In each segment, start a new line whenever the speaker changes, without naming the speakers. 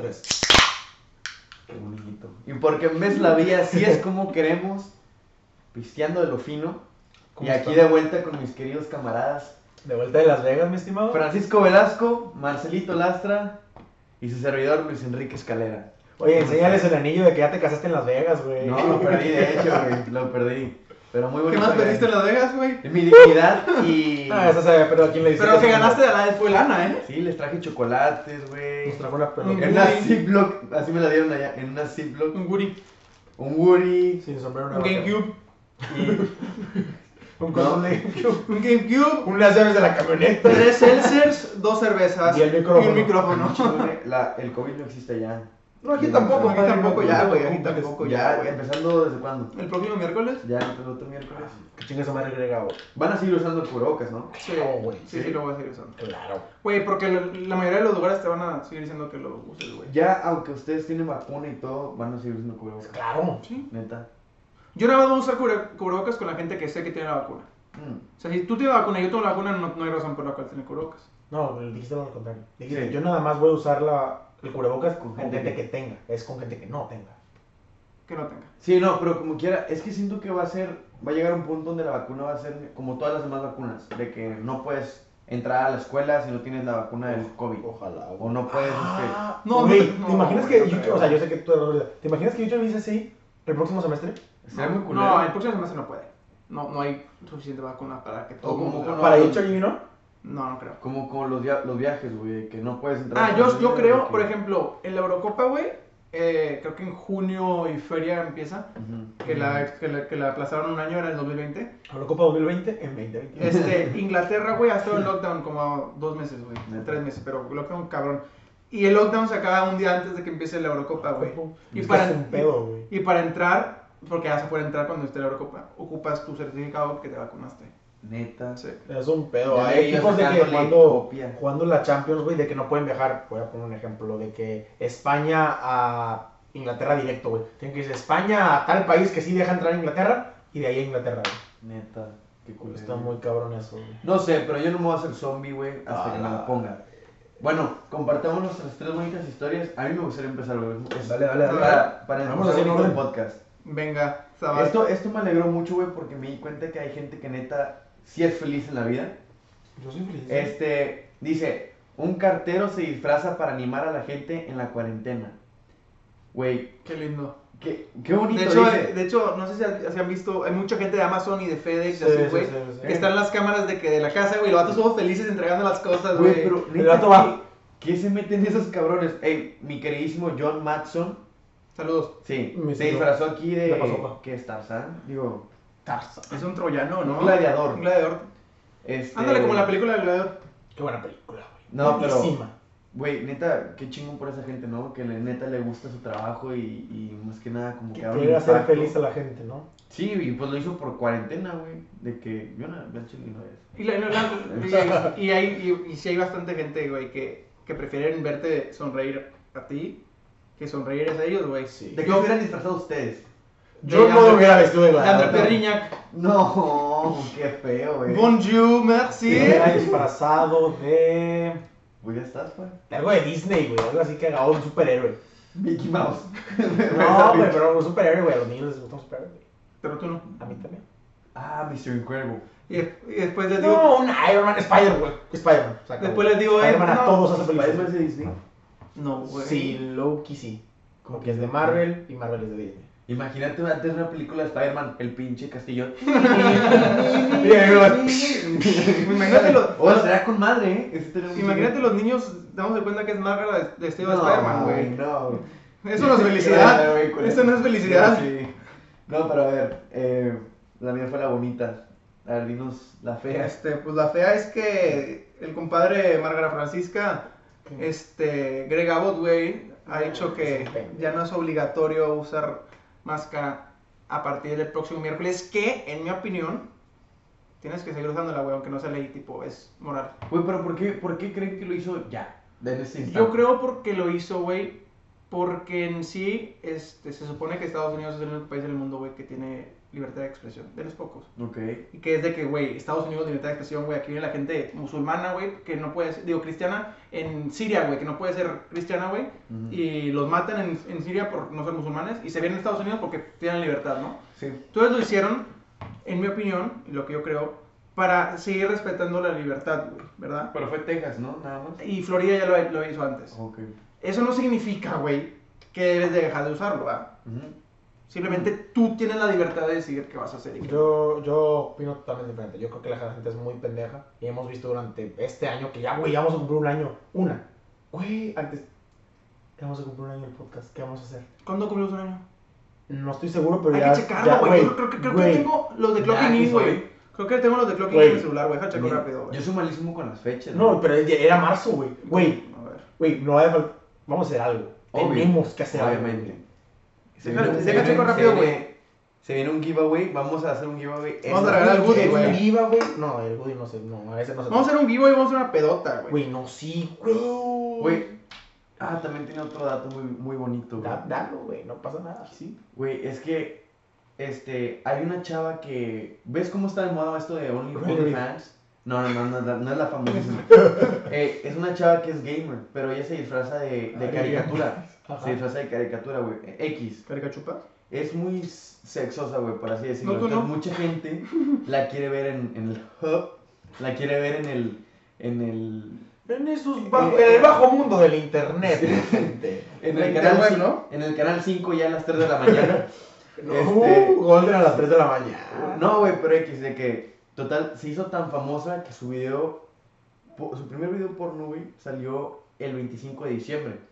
tres.
Qué bonito. Y porque en vez la vi así es como queremos, pisteando de lo fino. Y
¿Cómo
aquí
está?
de vuelta con mis queridos camaradas.
De vuelta de Las Vegas, mi estimado.
Francisco Velasco, Marcelito Lastra y su servidor Luis Enrique Escalera.
Oye, enséñales el anillo de que ya te casaste en Las Vegas, güey.
No, lo perdí, de hecho, güey, lo perdí. Pero muy
¿Qué
bonito.
más
güey.
perdiste en Las Vegas, güey?
Mi dignidad y...
Ah, esa se pero ¿a quién le dice?
Pero lo que ganaste de la fue lana, ¿eh?
Sí, les traje chocolates, güey.
Nos trajo una pelota.
En una
Woody.
Ziploc, así me la dieron allá, en una Ziploc.
Un Woody,
Un Woody.
Sin sombrero,
un
una vaca.
GameCube,
Y...
Un
No.
control de GameCube.
un GameCube,
Unas llaves de la camioneta.
tres seltzers, dos cervezas
Y el micrófono.
y un micrófono.
La- el COVID no existe allá.
No, aquí tampoco, aquí
Ay,
tampoco
no,
ya,
no,
güey,
no,
aquí
no,
tampoco ya,
Ya,
güey.
empezando desde cuándo?
¿El próximo miércoles?
Ya el otro miércoles.
Que chingue su madre griega, güey.
Van a seguir usando cubrebocas, ¿no?
Sí,
No, güey.
sí, sí, lo voy a seguir usando.
Claro.
Güey, porque la, la mayoría de los lugares te van a seguir diciendo que lo uses, güey.
Ya, aunque ustedes tienen vacuna y todo, van a seguir usando cubrebocas.
pues, Claro.
Sí.
Neta.
Yo nada más voy a usar cubre- cubrebocas con la gente que sé que tiene la vacuna.
Mm.
O sea, si tú tienes la vacuna y yo tengo la vacuna, no, no hay razón por la cual tener cubrebocas.
No, dijiste lo contrario. Dijiste,
Sí.
yo nada más voy a usar la, el cubrebocas con
gente
gente,
que-
que tenga. Es con gente que no tenga.
Que no tenga.
Sí, no, pero como quiera, es que siento que va a ser, va a llegar un punto donde la vacuna va a ser como todas las demás vacunas, de que no puedes entrar a la escuela si no tienes la vacuna del COVID.
Ojalá,
O no puedes,
Ah,
no,
güey,
no,
¿te imaginas
no,
que
no
YouTube-
creo.
o sea, yo sé que tú eres horrible. ¿Te imaginas que YouTube dice así el próximo semestre?
este, sería muy culero.
No, el próximo semestre no puede. No, no hay suficiente vacuna para que todo
O
el mundo.
como-
tenga-
No,
Para
no.
YouTube, you know?
No, no creo.
Como con los, via- los viajes, güey, que no puedes entrar.
Ah, yo, yo creo, por ejemplo, en la Eurocopa, güey, eh, creo que en junio y feria empieza, que la, que la, que la aplazaron un año, era el 2020.
Eurocopa 2020 en 2021.
Este, Inglaterra, güey, ha estado en lockdown como dos meses, güey,
Neta.
tres meses, pero lockdown cabrón. Y el lockdown se acaba un día antes de que empiece la Eurocopa, ah, güey. Y
Es
para,
un pedo, güey.
y para entrar, porque ya se puede entrar cuando esté la Eurocopa, ocupas tu certificado que te vacunaste.
Neta.
Sí.
Es un pedo.
Ya
Hay
leí yo
equipos de que
sacándole
jugando,
copia.
jugando la Champions, güey, de que no pueden viajar. Voy a poner un ejemplo de que España a Inglaterra directo, güey. Tienen que irse a España a tal país que sí deja entrar a Inglaterra y de ahí a Inglaterra, güey.
Neta. Qué culero.
Está muy cabrón eso, güey.
No sé, pero yo no me voy a hacer zombie, güey, hasta
Ah,
que me la
la-
pongan. Bueno, compartamos nuestras tres bonitas historias. A mí me gustaría empezar, güey. Es-
Dale, dale,
dale.
Para, para
Vamos a
empezar
hacer
con el
orden. Ah,
podcast.
Venga, Zabal.
Esto, esto me alegró mucho, güey, porque me di cuenta que hay gente que neta sí es feliz en la vida.
Yo soy feliz.
Este, dice, un cartero se disfraza para animar a la gente en la cuarentena. Güey,
Qué lindo.
qué, qué bonito
De hecho,
dice.
eh, de hecho, no sé si ha- si han visto, hay mucha gente de Amazon y de FedEx,
Sí,
así,
sí,
güey,
sí, sí.
que están las cámaras de que de la casa, güey, los vatos todos felices entregando las cosas,
Güey,
güey.
pero
eh, el vato va.
¿Qué se meten esos cabrones? Ey, mi queridísimo John Matson,
Saludos.
sí,
Me
se
sirvió.
disfrazó aquí
La
de...
pasopa.
¿Qué es Tarzán? Digo,
Es un troyano, ¿no?
Un gladiador.
Un gladiador.
este...
Ándale, como la película del gladiador.
Qué buena película, güey.
No, pero-
Buenísima.
Güey, neta, qué chingón por esa gente, ¿no? Que le- neta le gusta su trabajo y, y más que nada como que
Que
abre un
quiere hacer
impacto.
feliz a la gente, ¿no?
Sí, y pues lo hizo por cuarentena, güey. De que yo no, el chile no es.
Y, la- la- la- y, y hay, y, y sí hay bastante gente, güey, que, que prefieren verte sonreír a ti que sonreír a ellos, güey.
Sí.
¿De qué hubieran disfrazado ustedes?
Yo
de
no
André-
lo hubiera vestido de
de André
gladiador.
Perriñac.
No, qué feo, güey.
Bonjour, merci.
Sí, era disfrazado de.
Pues ya estás, güey.
de algo de Disney, güey. Algo así que haga un superhéroe.
Mickey Mouse.
No, güey, pero un superhéroe, güey. A los niños les gusta un superhéroe, güey.
Pero tú no.
A mí también.
Ah, Mr. Incredible.
Y, de- y después les digo,
No, un Iron Man, Spider-Man. güey. Spider-Man. se acabó.
Después les digo, eh,
Spider-Man
no,
a todos hace
Spider-Man es
películas.
de Disney.
no, güey.
Sí, Loki sí. Como que es de Marvel y Marvel es de Disney.
Imagínate antes una película de Spider-Man, el pinche castillo.
Y ahí va.
Imagínate los,
O será con madre, ¿eh? Ese tiene un-
imagínate los niños damos cuenta que es más rara de- de este
No,
Spider-Man,
güey.
güey.
No.
Eso no es
Claro,
felicidad.
güey, con
Eso no es felicidad.
Sí. No, pero a ver, eh, la mía fue la bonita. A ver, dinos la fea.
Este, pues la fea es que el compadre Margarita Francisca, este, Greg Abbott, güey, ha dicho que ya no es obligatorio usar máscara a partir del próximo miércoles, que, en mi opinión, tienes que seguir usándola, güey, aunque no sea ley, tipo, es moral.
Güey, pero ¿por qué, por qué creen que lo hizo ya? En este instante.
Yo creo porque lo hizo, güey. Porque en sí, este, se supone que Estados Unidos es el único país del mundo, güey, que tiene libertad de expresión, de los pocos.
Ok.
Y que es de que, güey, Estados Unidos, libertad de expresión, güey, aquí viene la gente musulmana, güey, que no puede ser, digo, cristiana, en Siria, güey, que no puede ser cristiana, güey,
Ujú.
y los matan en, en Siria por no ser musulmanes, y se vienen a Estados Unidos porque tienen libertad, ¿no?
Sí.
Entonces lo hicieron, en mi opinión, y lo que yo creo, para seguir respetando la libertad, güey, ¿verdad?
Pero fue Texas, ¿no? Nada más.
Y Florida ya lo, lo hizo antes.
Ok.
Eso no significa, güey, que debes de dejar de usarlo, ¿verdad?
Ujú.
Simplemente tú tienes la libertad de decidir qué vas a hacer. y qué no.
Yo, yo opino totalmente diferente. Yo creo que la gente es muy pendeja. Y hemos visto durante este año que ya, güey, ya vamos a cumplir un año. Una. Güey, antes. Que vamos a cumplir un año el podcast. ¿Qué vamos a hacer?
¿Cuándo cumplimos un año?
No estoy seguro, pero ya.
Hay que
ya,
checarlo, güey. Yo Creo, que- creo
güey.
que tengo los de
Ya,
Clocking
aquí
In, güey.
soy.
Creo que tengo los de Clocking In
Güey.
en el celular, güey. Deja checo
Mira,
rápido, güey.
Yo soy malísimo con las fechas.
No, pero ya era marzo, güey. Güey,
A ver.
güey, no hace falta. Vamos a hacer algo.
Obvio.
Tenemos que hacer
Obviamente.
algo.
Se
Deja-
viene un-
deja
se
checo
viene-
rápido,
se
güey.
viene- Se viene un giveaway. Vamos a hacer un giveaway.
Vamos a
esta-
regalar el Goody,
Güey,
güey.
el Goody, güey. No, el Goody no sé. No, a veces no se
Vamos a hacer un vivo y vamos a hacer una pedota, güey.
Güey, no, sí, güey.
Güey. Ah, también tiene otro dato muy, muy bonito, güey.
Da- Dalo, güey, no pasa nada.
Sí. Güey, es que. Este. Hay una chava que. ¿Ves cómo está de moda esto de Only,
Really?
OnlyFans? No, no, no, no, no, no es la famosísima. Eh, es una chava que es gamer, pero ella se disfraza de, de
Ay,
caricatura.
Ajá.
Se disfraza de caricatura, güey. eh, X.
¿Carica chupas?
Es muy sexosa, güey, por así decirlo.
No, tú
Entonces,
no.
mucha gente la quiere ver en, en el hub, la quiere ver en el. En el,
En, esos
bajo-
en el bajo mundo del internet, gente.
en
La
el canal,
interweb,
cin-
¿no?
en el canal 5 ya a las 3 de la mañana.
No,
Este-
Uh, Golden a las 3 de la mañana.
No, güey, pero X, de que total, se hizo tan famosa que su video, po- su primer video porno, güey, salió el 25 de diciembre.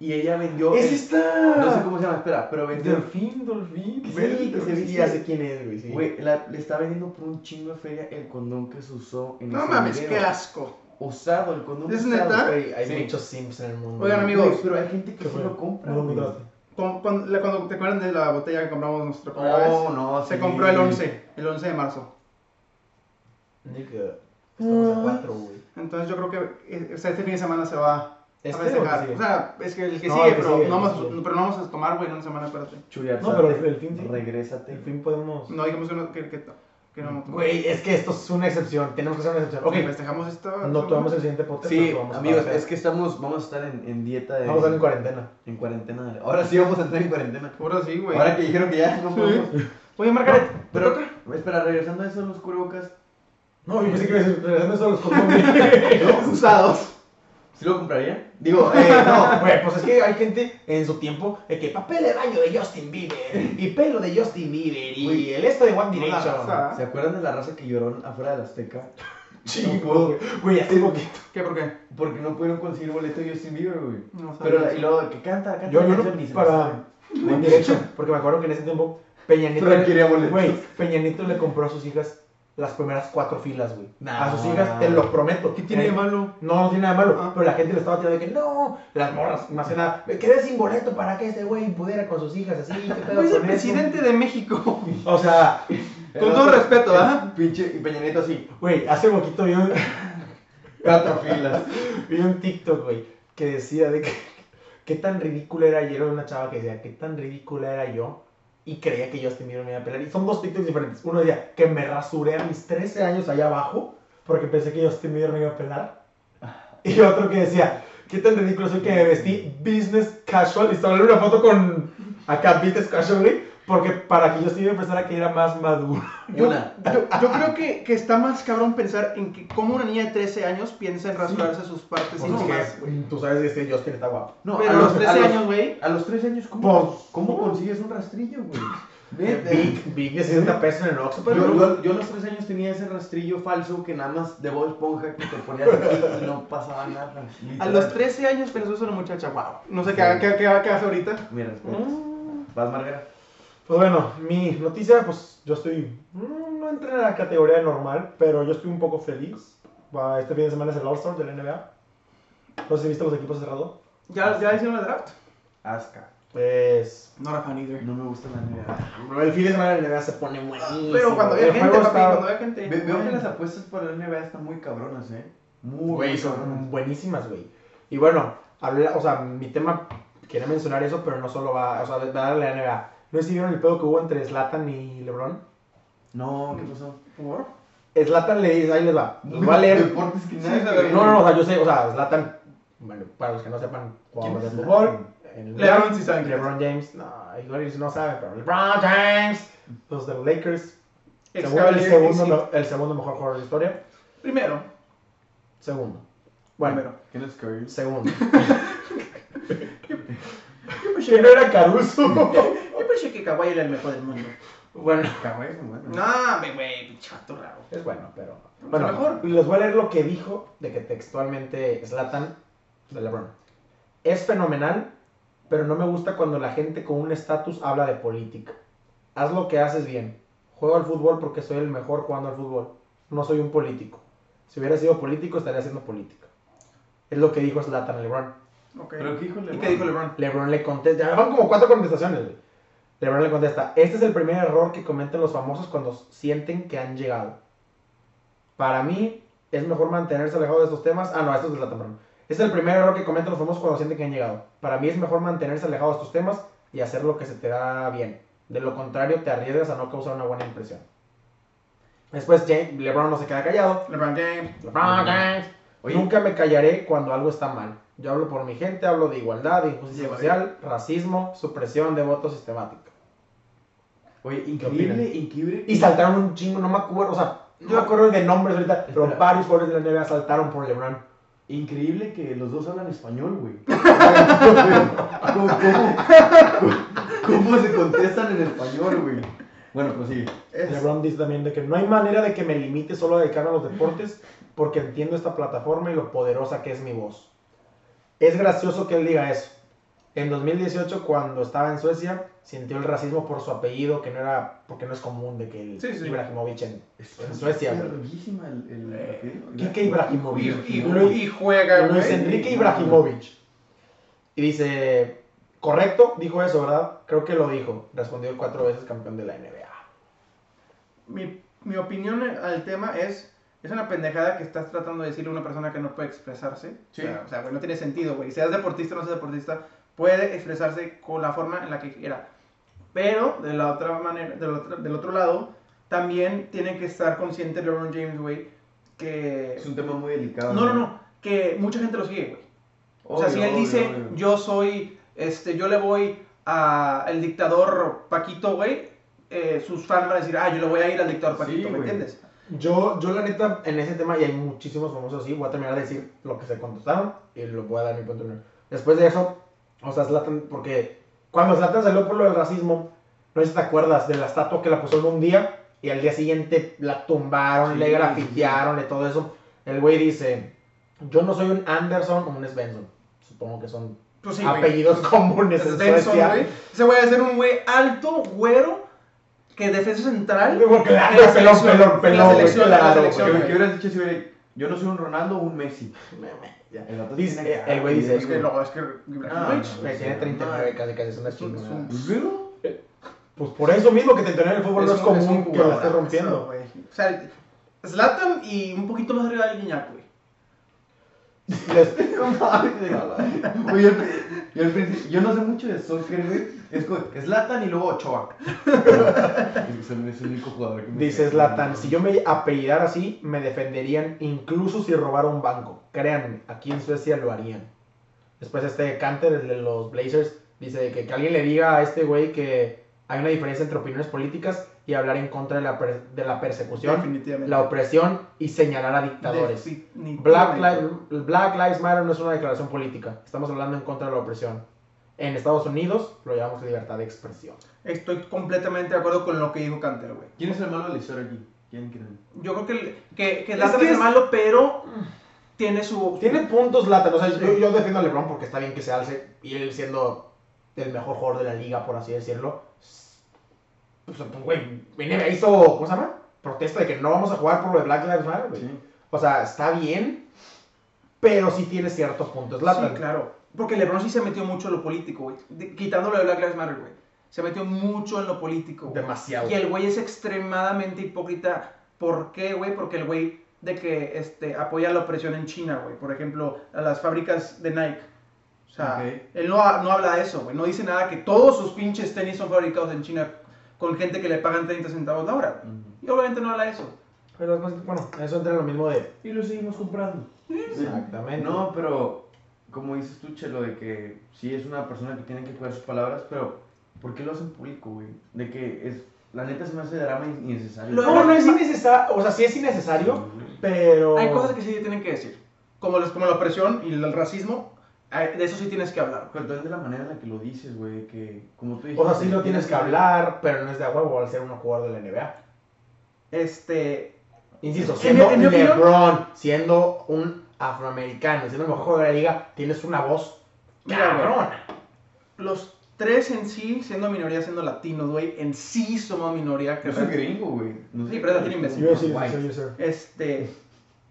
Y ella vendió,
es
el-
esta.
no sé cómo se llama, espera, pero vendió,
Delfín, Dolphin.
Que se- que se viste-
ya sé quién es, güey. Sí.
güey, la- le está vendiendo por un chingo de feria el condón que se usó en
No
ese
mames,
video.
qué asco.
Usado, el condón
¿Es
usado.
neta?
Güey, hay
¿Ah? Sí.
muchos sims en el mundo.
Oigan,
güey.
amigos,
Güey, pero hay gente que
¿Qué
sí
fue?
lo compra,
No lo
güey.
encontraste.
Cuando, cuando- la- cuando te acuerdan de la botella que compramos nuestra primera
Oh,
No,
vez,
no,
se
sí.
compró el 11, el 11 de marzo.
Nigga, eh, pues Estamos a 4, güey.
Entonces yo creo que eh, o sea, este fin de semana se va
Este
a
o el que
festejar.
sigue?
O sea, es que el que
No,
sigue,
el que
pero,
sigue,
no
el que
vamos, a-
sigue.
pero no vamos a tomar, güey, en una semana, espérate.
Chulearzate,
No, pero el- el fin sí.
Regrésate.
Al fin podemos.
No digamos que no, que, que, que no tomamos.
Güey, es que esto es una excepción. Tenemos que hacer una excepción.
Ok,
Ok,
festejamos esto.
no tomamos el siguiente podcast.
Sí,
pero vamos a
amigos,
parar.
es que estamos, vamos a estar en, en dieta de...
Vamos a estar en cuarentena.
En cuarentena. de- Ahora sí vamos a entrar en cuarentena.
Ahora sí, güey.
Ahora que dijeron que ya no podemos.
Oye, Margaret, ¿te
Pero,
toca?
espera, regresando a eso, los cubrebocas
No, yo pensé que regresando eso a los condones.
¿no? usados. ¿Sí lo compraría? Digo, eh, no.
No, güey, pues es que hay gente en su tiempo de que papel de baño de Justin Bieber y pelo de Justin Bieber y
Güey,
el esto de One
no la
Direction.
raza.
¿Se acuerdan de la raza que lloró afuera de la Azteca?
Chico, güey, hace poquito.
¿Qué, por qué?
Porque no pudieron conseguir boleto de Justin Bieber, güey.
No
Pero,
sabía.
la- y luego, que canta, canta.
Yo yo
canción, ni
no
se la sabe.
para One Direction, porque me acuerdo que en ese tiempo Peña Nieto,
Solo quería boletos.
güey, Peña Nieto le compró a sus hijas las primeras cuatro filas, güey.
No.
A sus hijas, te lo prometo.
¿Qué tiene de
Eh,
malo?
No, no tiene nada de malo.
Ah.
Pero la gente le estaba tirando de que no, las morras, más que nada. Me quedé sin boleto para que este güey pudiera con sus hijas así. ¿qué pedo
Güey, es Pues el
con eso?"
presidente de México.
O sea,
Con todo
otro-
respeto, ¿ah?
el Pinche, y Peña Nieto así,
güey, hace poquito yo
cuatro filas.
vi un TikTok, güey, que decía de que qué tan ridícula era yo. Era una chava que decía, qué tan ridícula era yo. Y creía que yo Justin Bieber me iba a pelar. Y son dos TikToks diferentes. Uno decía que me rasuré a mis 13 años allá abajo porque pensé que Justin Bieber me iba a pelar. Y otro que decía, qué tan ridículo soy que me vestí business casual. Y estaba en una foto con acá business casual, güey. Porque para que Justin Bieber pensara que era más maduro.
Yo,
Una.
yo, yo creo que, que está más cabrón pensar en que cómo una niña de 13 años piensa en rasurarse sus partes
Pues es
íntimas.
que, tú sabes que este Justin está guapo.
No,
Pero a los 13
a
años, güey.
A los 13 años,
Pues,
¿cómo, ¿cómo consigues un rastrillo, güey? Neta.
Big, Big de 60 pesos en el Oxxo,
eh. Yo,
pero
yo, yo a los 3 años tenía ese rastrillo falso que nada más de Bob Esponja que te ponías aquí y no pasaba nada.
A
literal.
los 13 años pensó eso una muchacha, wow. No sé qué, haga- qué, qué, qué hace ahorita.
Mira,
Mm.
espera. Vas, Margarita.
Pues bueno, mi noticia, pues yo estoy, mm, no entré en la categoría normal, pero yo estoy un poco feliz. Va, Este fin de semana es el All-Star de la NBA. No sé si viste los equipos cerrados.
¿Ya, ya hicieron el draft?
Asca.
Pues...
No era fan either.
No me gusta la NBA.
El fin de semana de la NBA se pone buenísimo.
Pero cuando había
El
gente,
juego
papi,
está-
cuando había gente.
Ve- veo que las apuestas para la NBA están muy cabronas, ¿eh? Muy,
Güey,
muy cabronas.
son buenísimas, güey. Y bueno, habla, o sea, mi tema, quería mencionar eso, pero no solo va, o sea, va a la NBA. No sé si vieron el pedo que hubo entre Slatan y LeBron.
No, ¿qué pasó?
¿Por?
Slatan le dice, ahí les va, los va a leer.
Deportes que
Sí,
nada
se
que
ve.
ver.
No, no, no, o sea, yo sé, o sea, Slatan, bueno, para los que no sepan, jugador
¿Quién
de
es
fútbol. el-
LeBron sí sabe quién es.
LeBron James, no, igual ellos no saben, pero LeBron James, los de los Lakers,
Ex
según el
Cavalier,
segundo,
ex-
me- el segundo mejor jugador de la historia,
Primero.
segundo. Bueno,
Primero.
¿Quién es Curry?
segundo. que no era Caruso.
Oh, Yo pensé que Kawhi era el mejor del mundo.
bueno,
Kawhi es bueno.
No, hombre, güey, pinche vato raro.
es bueno, pero.
Pero
Bueno,
mejor.
les voy a leer lo que dijo de que textualmente Slatan de LeBron. Es fenomenal, pero no me gusta cuando la gente con un estatus habla de política. Haz lo que haces bien. Juego al fútbol porque soy el mejor jugando al fútbol. No soy un político. Si hubiera sido político, estaría haciendo política. Es lo que dijo Slatan a LeBron.
Ok.
¿Pero qué dijo
¿Y
LeBron?
qué dijo LeBron?
LeBron le contesta, ya van como cuatro contestaciones. güey. LeBron le contesta, este es el primer error que cometen los famosos cuando sienten que han llegado. Para mí es mejor mantenerse alejado de estos temas. Ah, no, esto es de Zlatan, perdón. Este es el primer error que cometen los famosos cuando sienten que han llegado. Para mí es mejor mantenerse alejado de estos temas y hacer lo que se te da bien. De lo contrario, te arriesgas a no causar una buena impresión. Después James- LeBron no se queda callado.
LeBron James.
LeBron James.
Oye.
Nunca me callaré cuando algo está mal. Yo hablo por mi gente, hablo de igualdad, de injusticia
Llevaré.
social, racismo, supresión de voto sistemática.
Oye,
opinan?
increíble, increíble.
Y saltaron un chingo, no me acuerdo, o sea, no me acuerdo de nombres ahorita, pero
Espera.
varios jugadores de la NBA saltaron por LeBron.
Increíble que los dos hablan español, güey. ¿Cómo, cómo, cómo se contestan en español, güey? Bueno, pues sí.
Es-
LeBron dice también de que no hay manera de que me limite solo a dedicarme a los deportes porque entiendo esta plataforma y lo poderosa que es mi voz. Es gracioso que él diga eso. En 2018, cuando estaba en Suecia, sintió el racismo por su apellido, que no era, porque no es común de que el
Sí, sí.
Ibrahimovic en, en Suecia.
Es
güey.
larguísima el, el
Eh,
el-
Kike Ibrahimovic.
Y, y-
Luis-
y juega,
Luis
güey.
Enrique Ibrahimovic. Y dice, correcto, dijo eso, ¿verdad? Creo que lo dijo. Respondió cuatro veces campeón de la NBA.
Mi, mi opinión al tema es. Es una pendejada que estás tratando de decirle a una persona que no puede expresarse.
Sí.
O sea, o sea, güey, no tiene sentido, güey. Seas deportista o no seas deportista, puede expresarse con la forma en la que quiera. Pero, de la otra manera, del otro, del otro lado, también tiene que estar consciente LeBron James, güey, que...
Es un tema muy delicado.
No, no, no, que mucha gente lo sigue, güey. O sea,
Obvio,
si él
obvio,
dice,
obvio.
yo soy, este, yo le voy a el dictador Paquito, güey, eh, sus fans van a decir, ah, yo le voy a ir al dictador
Sí,
Paquito, ¿me
güey.
entiendes?
Yo, yo la neta, en ese tema, y hay muchísimos famosos así, voy a terminar de decir lo que se contestaron y lo voy a dar mi punto de vista. Después de eso, o sea, Zlatan, porque cuando Zlatan salió por lo del racismo, no sé si te acuerdas de la estatua que la pusieron un día y al día siguiente la tumbaron,
Sí,
le grafitearon y todo eso. El güey dice, yo no soy un Anderson o un Svensson. Supongo que son
Pues sí, güey.
apellidos comunes en
Svensson,
Suecia.
güey. Ese güey va a ser un güey alto, güero, que defensa central.
Güey, porque la-
en la
pelón,
selección,
pelón,
en
pelón,
la
güey,
selección, en la
claro,
selección,
Porque,
güey.
¿Qué hubieras dicho si hubiera... Yo no soy un Ronaldo o un Messi.
Ya.
El vato
Dice-
tiene acá,
el güey dice,
Es que no, es que Ibrahimovic,
Ah,
Güey, Tiene 39 casi, casi, es una chingada.
Pues luego,
Pues por eso mismo que te tener el fútbol no es
un- un
común que la
jugadorazo,
estés rompiendo.
güey. O sea, Zlatan y un poquito más arriba de Guiñac, güey.
Les-
No mames, güey. Güey, yo al pri- yo al principio- yo no sé mucho de soccer, güey. Es como Zlatan y luego Ochoa. es el es el único jugador que me
Dice Zlatan, si yo me apellidara así, me defenderían incluso si robara un banco. Créanme, aquí en Suecia lo harían. Después este Canter, el de los Blazers, dice de que, que alguien le diga a este güey que hay una diferencia entre opiniones políticas y hablar en contra de la, per- de la persecución,
Definitivamente.
la opresión y señalar a dictadores.
Definitivamente.
Black, Li- Black Lives Matter no es una declaración política. Estamos hablando en contra de la opresión. En Estados Unidos lo llamamos libertad de expresión.
Estoy completamente de acuerdo con lo que dijo Canter, güey.
¿Quién es el malo de la historia aquí? ¿Quién creen?
Yo creo que, el- que, que
Es
Zlatan
que
es,
es-
malo, pero tiene su...
Tiene puntos lata, o sea,
Sí.
yo, yo defiendo a LeBron porque está bien que se alce y él siendo el mejor jugador de la liga, por así decirlo. Pues, pues, güey, viene, hizo, ¿cómo se llama? Protesta de que no vamos a jugar por lo de Black Lives Matter, güey. O sea, está bien, pero sí tiene ciertos puntos lata.
Sí, claro. Porque LeBron sí se metió mucho en lo político, güey. De- Quitándolo de Black Lives Matter, güey. Se metió mucho en lo político, güey.
Demasiado.
Y el güey es extremadamente hipócrita. ¿Por qué, güey? Porque el güey de que este, apoya la opresión en China, güey. Por ejemplo, a las fábricas de Nike. sea,
Ok.
él no, ha- no habla de eso, güey. No dice nada que todos sus pinches tenis son fabricados en China con gente que le pagan 30 centavos la hora. güey. Y obviamente no habla de eso.
Pero es más- bueno, eso entra en lo mismo de.
Y lo seguimos comprando.
Exactamente.
No, pero como dices tú, Chelo, de que sí es una persona que tiene que cuidar sus palabras, pero ¿por qué lo hacen público, güey? De que es, la neta se me hace drama in- innecesario.
Lo-
No, no es innecesario. O sea, sí es innecesario, pero.
Hay cosas que sí tienen que decir, como, los, como la opresión y el racismo, eh, de eso sí tienes que hablar.
Pero también de la manera en la que lo dices, güey, que como
O
tú dijiste...
sea, sí lo tienes que hablar, pero no es de a huevo al ser un jugador de la NBA.
Este,
Insisto,
En
siendo
mi- en mi opinión-
LeBron, siendo un afroamericano, siendo el mejor jugador de la liga, tienes una voz
Mira, güey.
cabrona.
los tres en sí, siendo minoría, siendo latinos, güey, en sí somos minoría. Que
Yo soy gringo, güey. No
Sí,
sé-
pero tiene imbécil.
Yo sí, sí, sí,
Este,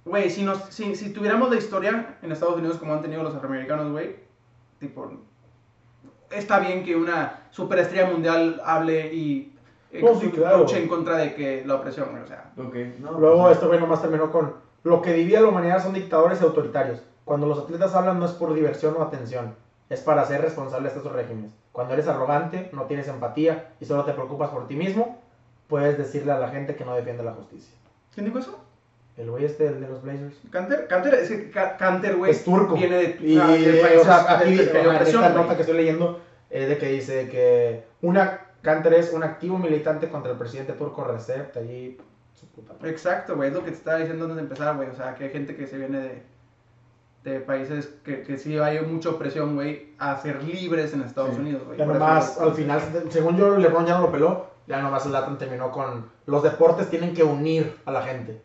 güey, si, nos- si, si tuviéramos la historia en Estados Unidos como han tenido los afroamericanos, güey, tipo, está bien que una superestrella mundial hable y eh,
No, sí,
luche
claro.
en contra de que la opresión, güey, o sea.
Ok, no.
Luego
pues,
este güey nomás terminó con lo que divide a la humanidad son dictadores y autoritarios. Cuando los atletas hablan no es por diversión o atención, es para ser responsable de estos regímenes. Cuando eres arrogante, no tienes empatía y solo te preocupas por ti mismo, puedes decirle a la gente que no defiende la justicia.
¿Quién dijo eso?
El güey este, el de los Blazers.
¿Canter? ¿Canter? Es que Ca- Canter, güey,
es turco.
viene de,
y, eh,
ah, de
o
países
sea, aquí,
de- de
ajá,
opresión,
esta
güey.
nota que estoy leyendo es de que dice que una Canter es un activo militante contra el presidente turco Recep Tayyip su puta madre.
Exacto, güey, es lo que te estaba diciendo antes de empezar, güey. O sea, que hay gente que se viene de, de países que, que sí hay mucha opresión, güey, a ser libres en Estados
Sí.
Unidos, güey.
Ya
Por eso,
nomás,
güey,
al final, según yo, LeBron ya no lo peló, ya nomás el Latin terminó con los deportes tienen que unir a la gente.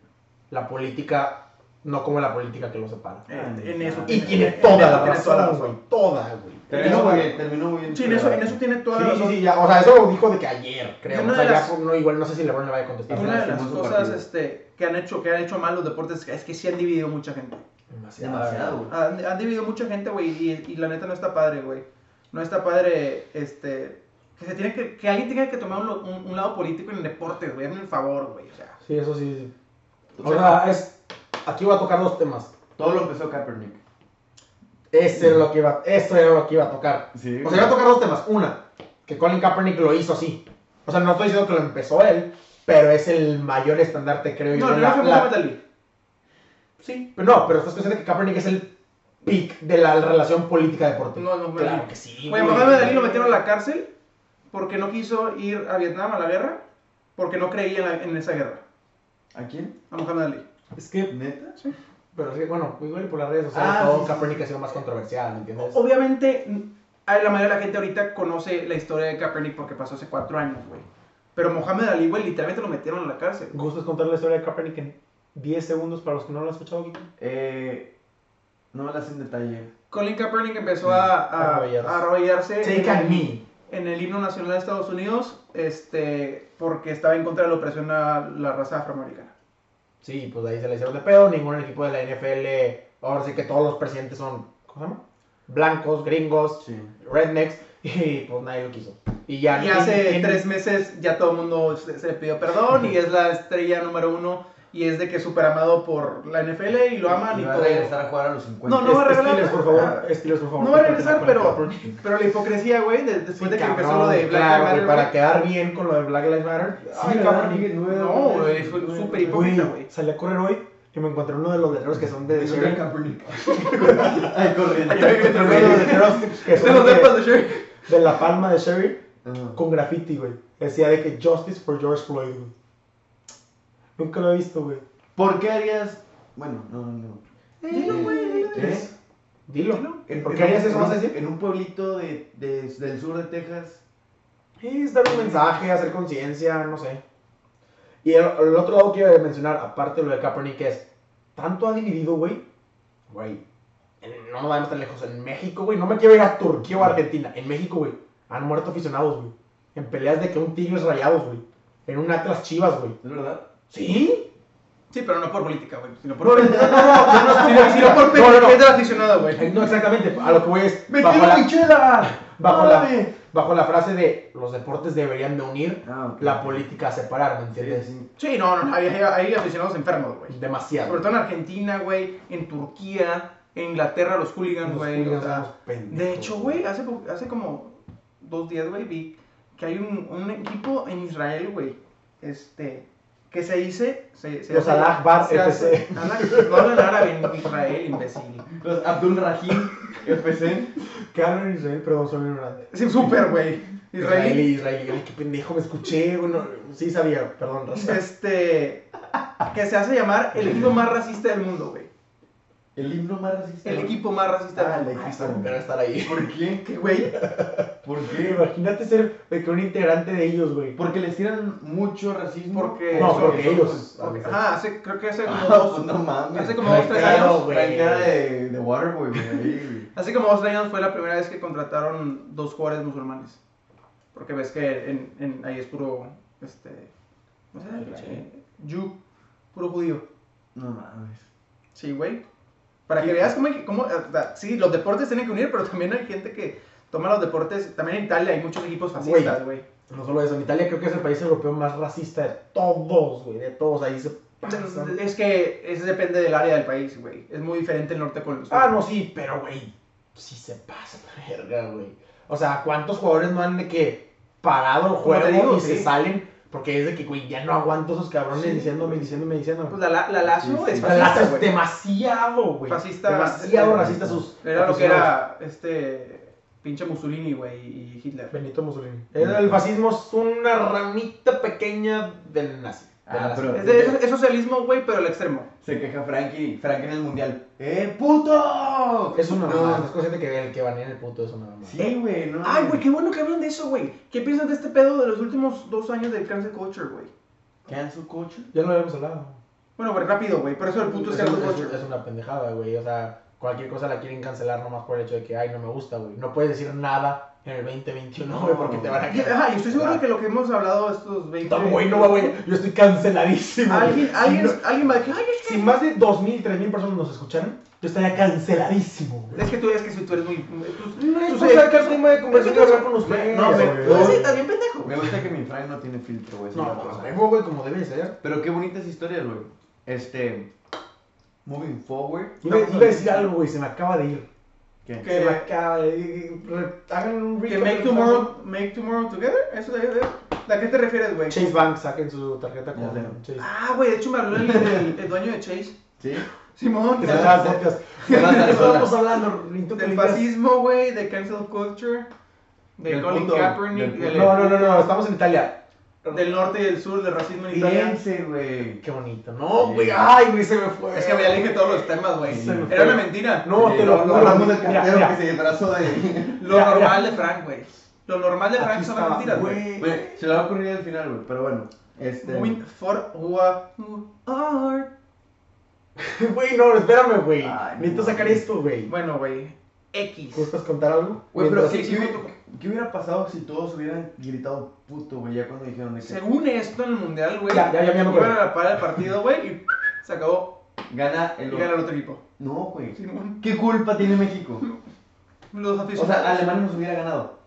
La política, no como la política que los separa.
En, eh, en eso
Y
tiene,
Eh, tiene
en
toda
eso
la
tiene toda la
razón, güey. Toda, güey.
Terminó muy bien, terminó muy bien.
Sí, en eso, en eso tiene toda la
Sí, sí,
razón.
sí, ya, o sea, eso lo dijo de que ayer, creo.
Y una
O sea,
de
ya
las-
fue- no, igual no sé si LeBron le vaya a contestar.
Una de las
Hermoso
cosas
partido.
este, que, han hecho, que han hecho mal los deportes es que sí han dividido mucha gente.
Demasiado.
Demasiado, güey.
Han, han dividido mucha gente, güey, y, y la neta no está padre, güey. No está padre, este, que se tiene que, que alguien tenga que tomar un, lo- un- un lado político en el deporte, güey, hazme el favor, güey, o sea.
Sí, eso sí. O sea, es, aquí voy a tocar dos temas.
Todo lo empezó Kaepernick.
Eso era lo que iba, eso era lo que iba a tocar.
Sí,
O sea, iba a tocar dos temas. Una, que Colin Kaepernick lo hizo así. O sea, no estoy diciendo que lo empezó él, pero es el mayor estandarte, creo yo.
No, no
la-
fue
la-
Muhammad Ali. Sí.
pero no, pero estás consciente que Kaepernick es el pick de la relación política deportiva.
No, no, güey.
claro que sí.
Güey,
güey.
Mohamed Ali lo metieron a la cárcel porque no quiso ir a Vietnam a la guerra, porque no creía en, la- en esa guerra.
¿A quién?
A Mohamed Ali.
Es que
¿Neta?
Pero sí, bueno, igual por las redes sociales,
Ah,
todo
sí, sí,
Kaepernick
sí.
ha sido más controversial, ¿me entiendes?
Oh. Obviamente, n- a la mayoría de la gente ahorita conoce la historia de Kaepernick porque pasó hace cuatro años, güey. Pero Mohamed Ali, güey, literalmente lo metieron a la cárcel.
gustas contar la historia de Kaepernick en 10 segundos para los que no lo han escuchado. Guito?
Eh, no me la hacen detalle.
Colin Kaepernick empezó a, a-
Arrodillarse.
a arrodillarse
Take a
en,
knee.
en el himno nacional de Estados Unidos este, porque estaba en contra de la opresión a la raza afroamericana.
Sí, pues ahí se le hicieron de pedo. Ningún equipo de la NFL. Ahora sí que todos los presidentes son. ¿Cómo se llama? Blancos, gringos,
Sí.
rednecks. Y pues nadie lo quiso. Y ya.
Y hace
en-
tres meses ya todo el mundo se, se le pidió perdón y es la estrella número uno y es de que es súper amado por la NFL y lo aman y,
Y va a
todo.
regresar a jugar a los 50.
No, no va a regresar.
Steelers, por favor. Steelers, por favor.
No va a regresar, pero,
Porque-
pero la hipocresía, güey, de- después de que
cabrón,
empezó lo de Black
claro,
Lives
güey,
Matter,
Para quedar bien con lo de Black Lives Matter. Ay,
¿verdad?
cabrón.
no,
No, güey, fue súper hipócrita, güey.
Güey, salí a correr hoy y me encontré uno de los letreros que son de.
Eso era
Sherry.
Kaepernick. Ay, corriendo.
Me encontré uno de los letreros que
güey.
son
De los depas
de,
de Sherry.
de la palma de Sherry.
Ajá.
con graffiti, güey. Decía de que Justice for George Floyd, güey. Nunca lo he visto, güey.
¿Por qué harías.? Bueno, no, no.
Dilo, güey, dilo.
¿Eh?
Dilo.
Dilo.
En-
¿Por
en
qué harías
un-
eso?
en
¿Vas a
un-
decir?
En un pueblito de, de- del sur de Texas.
Es dar un mensaje, hacer conciencia, no sé. Y el, el otro lado que iba a mencionar, aparte de lo de Kaepernick, es... Tanto ha dividido, güey. Güey. en- No nos vayamos tan lejos. En México, güey. No me quiero ir a Turquía o Argentina. En México, güey. Han muerto aficionados, güey. En peleas de que un Tigres rayados, güey. En un Atlas Chivas, güey.
¿Es verdad?
¿Sí?
Sí, pero no por política, güey, sino por
No, no, no, no, no, no,
sino- sino por
no, no, no.
pendejes del aficionado, güey.
Eh, No, exactamente. A lo que voy es...
¡Me
bajo
quiero
la-
Michela!
bajo la-
¡Órale!
bajo la frase de los deportes deberían de unir,
Ah, ok.
la política a separar, ¿me
Sí,
entiendes?
sí.
Sí, no, no, hay, hay- hay aficionados enfermos, güey.
Demasiado.
Sobre todo en Argentina, güey, en Turquía, En Inglaterra, los hooligans,
Los
güey.
hooligans
o sea,
son los pendejos,
de hecho, güey, hace, po- hace como dos días, güey, vi que hay un, un equipo en Israel, güey, este, que se dice... Se, se
Los
hace-
Al Ahbar
se hace-
FC.
Al- No hablan árabe en Israel, imbécil.
Los Abdul Rahim FC.
Quedaron en Israel, perdón, soy un ignorante.
Sí, súper, güey. Israelí.
Israelí, israelí. Ay, qué pendejo, me escuché, güey. no, sí sabía, perdón, raza.
Este, que se hace llamar el equipo más racista del mundo, güey.
El himno más racista.
El equipo más racista del
Ah,
mundo.
el equipo.
Pero estar ahí.
¿Por qué?
Que, güey,
¿Por qué?
Imagínate ser de que un integrante de ellos, güey.
Porque les tiran mucho racismo.
Porque-
No,
Eso-
porque
eso-
ellos.
porque-
Ah,
ajá, hace, creo que hace como
Ah, pues
dos,
no mames.
hace como dos, tres
Claro,
años,
güey.
Traen cara de, de Waterboy, güey. ahí, güey.
Hace como dos años fue la primera vez que contrataron dos jugadores musulmanes. Porque ves que en, en- ahí es puro, este, ¿cómo se llama? Eh, yu, puro judío.
No mames.
Sí, güey. Para que veas cómo, hay- cómo, o sea, sí, los deportes tienen que unir, pero también hay gente que toma los deportes. También en Italia hay muchos equipos fascistas, güey.
No solo eso, en Italia creo que es el país europeo más racista de todos, güey. De todos, ahí se pasan.
Es que eso depende del área del país, güey. Es muy diferente el norte con el sur.
Ah, no, sí, pero, güey, sí se pasa de verga, güey. O sea, ¿cuántos jugadores no han de que parado el
Como te
juego
digo,
y
sí.
se salen? Porque es de que, güey, ya no aguanto esos cabrones
Sí,
diciéndome, diciéndome, diciéndome.
Pues la, la, la Lazio
Sí, sí.
es
La Lazio
fascista,
es
güey.
demasiado, güey.
Fascista,
Demasiado
este,
racista sus.
Era lo que
aficionados.
era este pinche Mussolini, güey, y Hitler.
Benito Mussolini. Eh, El, el fascismo es una ramita pequeña del nazi.
Ah,
del nazi.
pero-
Es, de- es- es socialismo, güey, pero al extremo.
Se queja Frankie, Frankie en el mundial. ¡Eh, puto!
Es una
No.
mamada. Es consciente que el que banea el puto es una mamada.
Sí, güey, no.
Ay, güey, qué bueno que hablan de eso, güey. ¿Qué piensas de este pedo de los últimos dos años del cancel culture, güey?
Cancel culture.
Ya lo habíamos hablado.
Bueno, güey, rápido, güey, pero eso del puto es
es,
cancel
es-
culture.
es una pendejada, güey. O sea, cualquier cosa la quieren cancelar nomás por el hecho de que, ay, no me gusta, güey. No puedes decir nada en el 2021, güey, porque te van a
Y-
cancelar.
Ajá, y estoy seguro de que lo que hemos hablado estos 20
Ah. No, güey, no, güey. Yo estoy canceladísimo. güey.
Alguien, alguien,
Si,
alguien va a decir, ay, es
no- si
que.
más de 2.000, 3.000 personas nos escucharan, yo estaría canceladísimo, güey.
Es que tú, es que si tú eres muy. tú-
No
tú-
es sacar tema de
conversación,
conversación con
me-
ustedes.
No, me-
güey.
tú sí, estás bien pendejo.
Me gusta que mi Frank no tiene filtro, güey. esa es
No,
la
pues
cosa.
a huevo, güey, como debe ser.
Pero qué bonitas historias, güey. Este. Moving forward.
Iba, iba
Estamos
a
en-
decir algo, güey, se me acaba de ir.
¿Qué?
¿Qué?
Se me acaba de ir. Re- Hagan un
Que
recap
make
de-
tomorrow, make tomorrow together. Eso de, de- ¿A qué te refieres, güey?
Chase Bank, saquen su tarjeta
Ya sé.
con Chase.
Ah, güey, de hecho me habló el, el- el dueño de Chase.
¿Sí?
Simón,
Que
del-
se haga el podcast. ¿De qué
Hola, Tarzana.
Estamos hablando Rito, que
del
digas-
fascismo, güey, de cancel culture, de
Del
Colin
puto-
Kaepernick,
del
del,
No, no, no, no, estamos en Italia.
del norte y del sur, del racismo en Italia.
Piense, güey.
Qué bonito. No,
Sí.
güey, ay, güey, se me fue.
Es que me dije todos los temas, güey.
Sí.
Era una mentira.
No,
Eh,
te lo
no,
juro.
Hablamos del
Mira,
cartero
mira.
que se disfrazó de.
Lo
Ya,
normal de Frank, güey. Lo normal de
Aquí
Frank son las
estaba,
mentiras, güey.
Güey, se la va a ocurrir al final, güey. Pero bueno. Este.
Moving forward.
Güey, no, espérame, güey.
Ay,
Necesito
no.
sacar esto, güey.
Bueno, güey. X.
¿Gustas contar algo?
Güey, pero
Mientras-
¿qué,
sí,
qué
sí,
hubiera, qué hubiera pasado si todos hubieran gritado puto, güey? Ya cuando dijeron de que
Según esto en el mundial, güey.
Ya, ya, ya, ya me acuerdo.
Iban a la par del partido, güey, y se acabó.
gana
Y
el.
gana el otro equipo.
No, güey.
Simón.
¿Qué culpa tiene México?
Los
O
aficionados.
sea, Alemania nos hubiera ganado.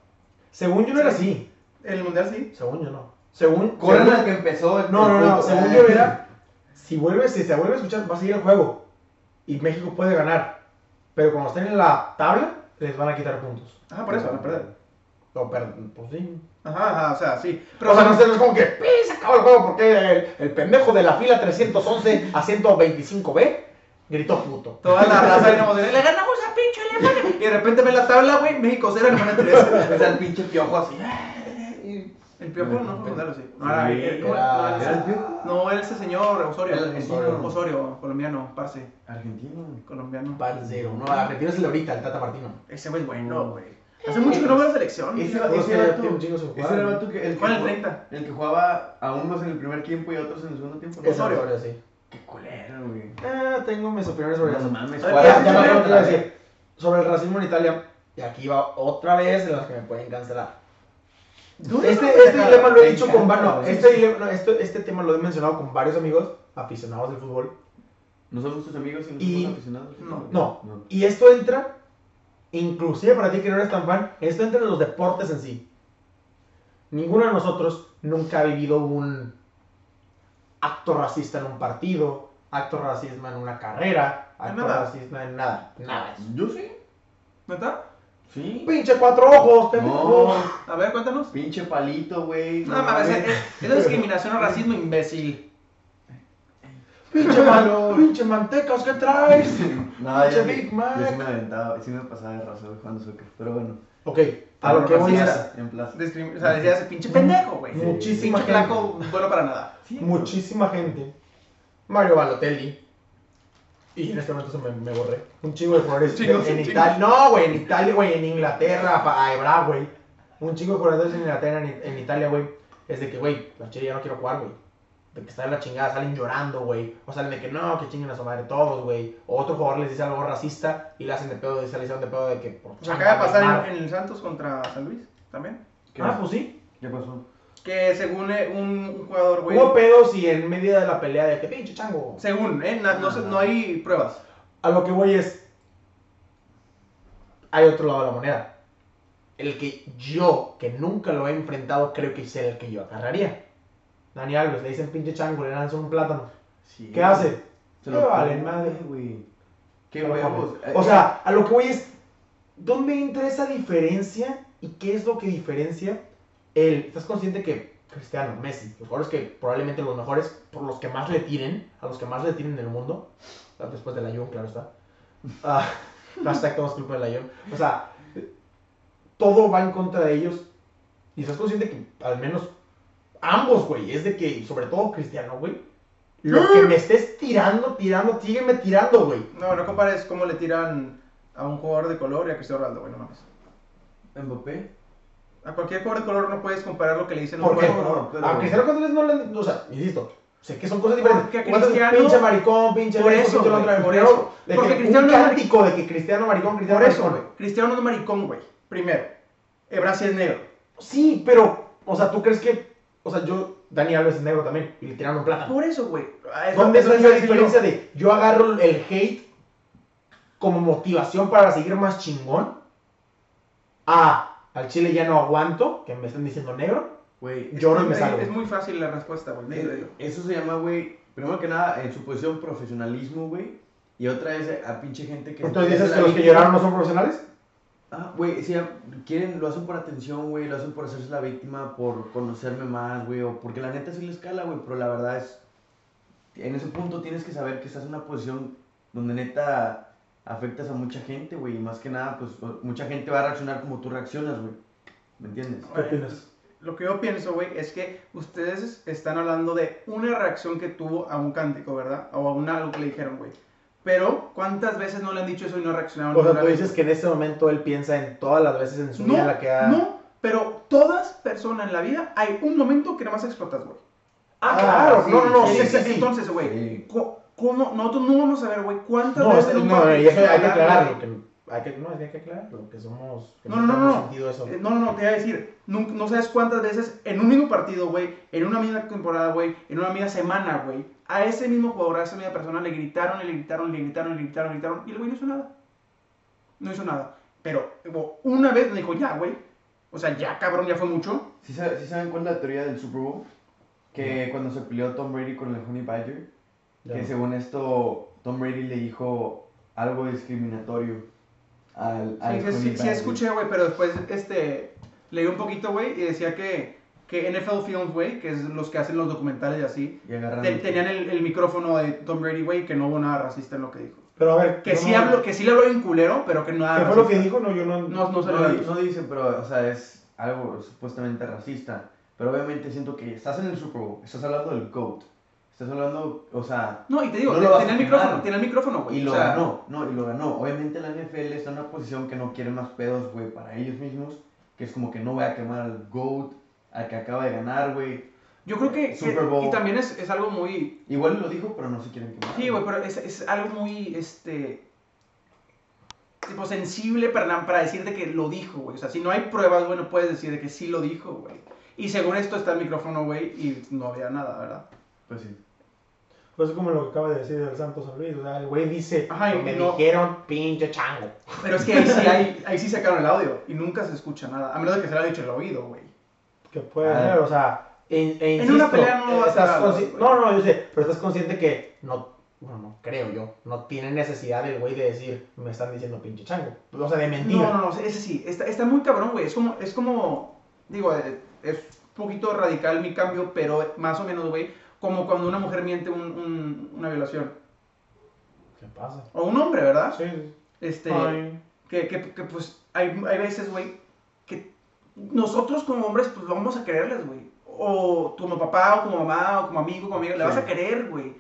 Según yo no era así.
En el mundial sí.
Según yo no. Según.
Corren
según-
al que empezó. el-
No, no,
el
no.
puto. Ah,
Según yo era. Si vuelve, si se vuelve a escuchar, va a seguir el juego. Y México puede ganar. Pero cuando estén en la tabla, les van a quitar puntos.
Ajá, Ah, por eso, van a perder.
O per- pues sí.
Ajá, ajá, o sea, sí.
Pero, o sea, no sé, no es como que "Pi, se acabó el juego porque el, el pendejo de la fila 311 a 125B gritó puto.
Toda la raza ahí nos le ganamos a pinche Alemania. Y de repente ve la tabla, güey, México 0, Alemania 3.
O sea, el pinche piojo así. "Ah,
El piojo no fue mundial, ¿o sí. No, era,
Sí,
el- no,
era-
no,
¿Era el piojo?
no, era ese señor Osorio.
El argentino.
Osorio, colombiano, parce.
Argentino, güey.
Colombiano.
Parcero, no, Argentina es el de ahorita, el Tata Martino.
Ese güey es bueno, güey. Hace mucho que no veo la selección.
Ese,
Pues
ese
que ya
vato,
tiene un chingo sin jugar,
ese era el
¿no?
vato que, el, que
Juega en el
jugó-
30.
el que jugaba a unos en el primer tiempo y a otros en el segundo tiempo. ¿no?
Es Osorio, sí.
Qué culero, güey.
Eh, tengo mis opiniones sobre eso.
No mames,
Ya,
¿cuál
Ya,
es?
ya me acuerdo que iba a
Otra vez.
decir. Sobre el racismo en Italia. Y aquí va otra vez en las que me pueden cancelar.
Dura
Este,
una
este
pendejada.
dilema lo
me
he dicho con
encanta,
no,
güey.
este, dilema- no, esto- este tema lo he mencionado con varios amigos aficionados del fútbol.
No somos tus amigos y no
Y-
somos aficionados.
no,
No, y esto entra, inclusive para ti que no eres tan fan, esto entra en los deportes en sí. Ninguno de nosotros nunca ha vivido un acto racista en un partido, acto racista en una carrera, actor
nada.
racista, en nada. Nada.
Yo sí.
¿Neta?
Sí.
Pinche cuatro ojos, pendejo.
No,
A ver, cuéntanos.
pinche palito, güey.
No mames, es, es- es discriminación o racismo, imbécil.
Pinche malo, pinche mantecas, ¿qué traes?
No,
Pinche
yo,
Big
Big
Mac.
yo sí me aventaba, sí me pasaba de raza cuando azúcar, pero bueno.
Ok,
Ah,
a lo que voy
Racista.
es.
Plaza, En plaza.
Discrimi- o sea, decías, pinche pendejo, güey.
Muchísima
Pinche
gente.
flaco, bueno para nada.
Sí,
muchísima gente. Mario Balotelli. Y en este momento se me, me borré. Un chingo de jugadores de-
Chingos,
en
chingos.
Italia. No, güey, en Italia, güey, en Inglaterra, para Ebra, güey. Un chingo de jugadores en Inglaterra, en, en Italia, güey. Es de que, güey, la chile ya no quiero jugar, güey. De que están en la chingada, salen llorando, güey. O salen de que no, que chinguen a su madre todos, güey. O otro jugador les dice algo racista y le hacen de pedo, y se le hicieron de pedo de que. Por
Pues acaba de
chamba,
pasar
Neymar.
en, en el Santos contra San Luis también.
¿Qué,
Ah, pues sí.
¿Qué pasó?
Que según eh, un, un jugador, güey.
Hubo pedos y en medio de la pelea de que pinche chango.
Según, ¿eh? na- no, sé- no hay pruebas.
A lo que voy es. Hay otro lado de la moneda. El que yo, que nunca lo he enfrentado, creo que es el que yo agarraría. Dani Alves, le dicen pinche chango, le lanzan un plátano.
Sí.
¿Qué hace?
Se
Me vale
come,
madre.
güey. Qué huevos. Eh,
O sea, a lo que voy es. ¿Dónde entra esa diferencia? ¿Y qué es lo que diferencia el. ¿Estás consciente que Cristiano, Messi, los jugadores que probablemente los mejores, por los que más le tiren, a los que más le tiren en el mundo, ah, después de la Jun, claro está. Ah, hashtag todos culpa de la Jun. O sea, todo va en contra de ellos. Y estás consciente que al menos ambos, güey, es de que, sobre todo Cristiano, güey, lo que me estés tirando, tirando, sígueme tirando, güey.
No, no compares cómo le tiran a un jugador de color y a Cristiano Ronaldo, güey, no mames.
eh, Mbappé.
A cualquier jugador de color no puedes comparar lo que le dicen a un
¿Por qué?
jugador
No,
de color.
no, pero-
A Cristiano Contreras no le han. O sea, insisto, sé que son cosas diferentes.
Porque a
Cuando es
Cristiano-
Pinche maricón, pinche.
Por
esto,
eso,
pinche lo
güey,
otro,
por
pero
eso.
de
Porque
que
Cristiano
un
no es
cántico de que Cristiano maricón, Cristiano
Por eso,
maricón,
güey. Cristiano no es maricón, güey. Primero. Ebra sí es negro.
Sí, pero. O sea, ¿tú crees que.? O sea, yo. Dani Alves es negro también. Y le tiraron un plátano.
Por eso, güey. Ah, es lo-
¿Dónde
es lo
está
que
esa
iba a decir yo.
diferencia de yo agarro el hate como motivación para seguir más chingón? A. Al chile ya no aguanto, que me están diciendo negro.
Güey,
Lloro y me
Es-
salgo.
Es muy fácil la respuesta, güey. dilo,
Eh,
dilo.
Eso se llama, güey, primero que nada, en su posición profesionalismo, güey. Y otra es a pinche gente que...
Entonces dices
la
que los que
víctima.
lloraron no son profesionales.
Ah, güey, sí, quieren, lo hacen por atención, güey, lo hacen por hacerse la víctima, por conocerme más, güey, o porque la neta sí les cala, güey, pero la verdad es, en ese punto tienes que saber que estás en una posición donde neta afectas a mucha gente, güey, y más que nada, pues, o- mucha gente va a reaccionar como tú reaccionas, güey, ¿me entiendes?
¿Qué opinas? Lo que yo pienso, güey, es que ustedes están hablando de una reacción que tuvo a un cántico, ¿verdad? O a un algo que le dijeron, güey. Pero, ¿cuántas veces no le han dicho eso y no reaccionaron?
O sea, tú
naturalmente?
dices que en este momento él piensa en todas las veces en su vida
No,
en la que ha...
no, pero todas personas en la vida hay un momento que nada más explotas, güey.
Ah,
Ah,
claro,
sí,
no, no, no, sí, sí, sí.
Entonces- Entonces, güey,
Sí.
co- ¿cómo? Nosotros no vamos a ver, güey, cuántas
no,
veces
es-
en un
no,
partido
y eso hay que
hablar,
aclararlo,
güey.
que hay que, no, es que hay que aclararlo, que somos, que
No, no, no,
tenemos
no.
sentido eso.
Eh, No, no, no, te iba a decir, no, no sabes cuántas veces en un mismo partido, güey, en una misma temporada, güey, en una misma semana, güey, a ese mismo jugador, a esa misma persona le gritaron, le gritaron, le gritaron, le gritaron, le gritaron, y el güey no hizo nada. No hizo nada. Pero hubo una vez me dijo, ya, güey, o sea, ya, cabrón, ya fue mucho.
¿Sí, sabe- sí saben cuál es la teoría del Super Bowl? Que cuando se peleó Tom Brady con el Honey Badger,
Ya.
que según esto, Tom Brady le dijo algo discriminatorio al, al
Sí, sí,
Honey
sí, sí
Badger.
escuché, güey, pero después este, leí un poquito, güey, y decía que, que NFL Films, güey, que es los que hacen los documentales y así,
Y agarran-
te- tenían el, el micrófono de Tom Brady, güey, que no hubo nada racista en lo que dijo.
Pero a ver,
Que
no,
sí,
no,
habló, que sí le habló bien culero, pero que nada
¿Qué fue
racista.
lo que dijo? No, yo no...
No, no se
No,
lo
di-
dijo.
no dice, pero, o sea, es algo supuestamente racista. Pero obviamente siento que estás en el Super Bowl, estás hablando del GOAT, estás hablando, o sea,
No, y te digo,
No
te-
lo vas a
tenía el
quemar.
micrófono, tenía el micrófono, güey.
y
o
lo
sea,
ganó, no, y lo ganó. Obviamente la NFL está en una posición que no quiere más pedos, güey, para ellos mismos, que es como que no voy a quemar al GOAT, al que acaba de ganar, güey.
Yo creo que, que-
Super Bowl.
y también es, es algo muy,
Igual lo dijo, pero no se quieren quemar.
sí, güey, pero es, es algo muy, este, tipo sensible para, para decirte que lo dijo, güey. O sea, si no hay pruebas, güey, no puedes decir de que sí lo dijo, güey. Y según esto está el micrófono, güey, y no había nada, ¿verdad?
Pues sí.
Pues es como lo que acaba de decir del Santos San Luis, o sea, el güey dice,
Ajá, y
me
no-
dijeron pinche chango.
Pero es que ahí sí, hay, ahí sí sacaron el audio y nunca se escucha nada, a menos de que se lo haya dicho el oído, güey.
que puede
Ah.
ser, o sea, en,
En una pelea no va a
estás
ser algo,
consci-
güey.
No, no, yo sé, pero estás consciente que no, Bueno, no creo yo. No tiene necesidad el güey de decir, me están diciendo pinche chango. O sea, de mentira.
No, no, no, ese sí, está, está muy cabrón, güey. Es como, es como, digo, eh, es un poquito radical mi cambio, pero más o menos, güey, como cuando una mujer miente un, un- una violación.
¿Qué pasa?
O un hombre, ¿verdad?
Sí, sí.
Este,
Ay.
que, que, que, pues hay, hay veces, güey, que nosotros como hombres, pues vamos a quererles, güey. O como papá, o como mamá, o como amigo, como amiga, le vas a querer, güey.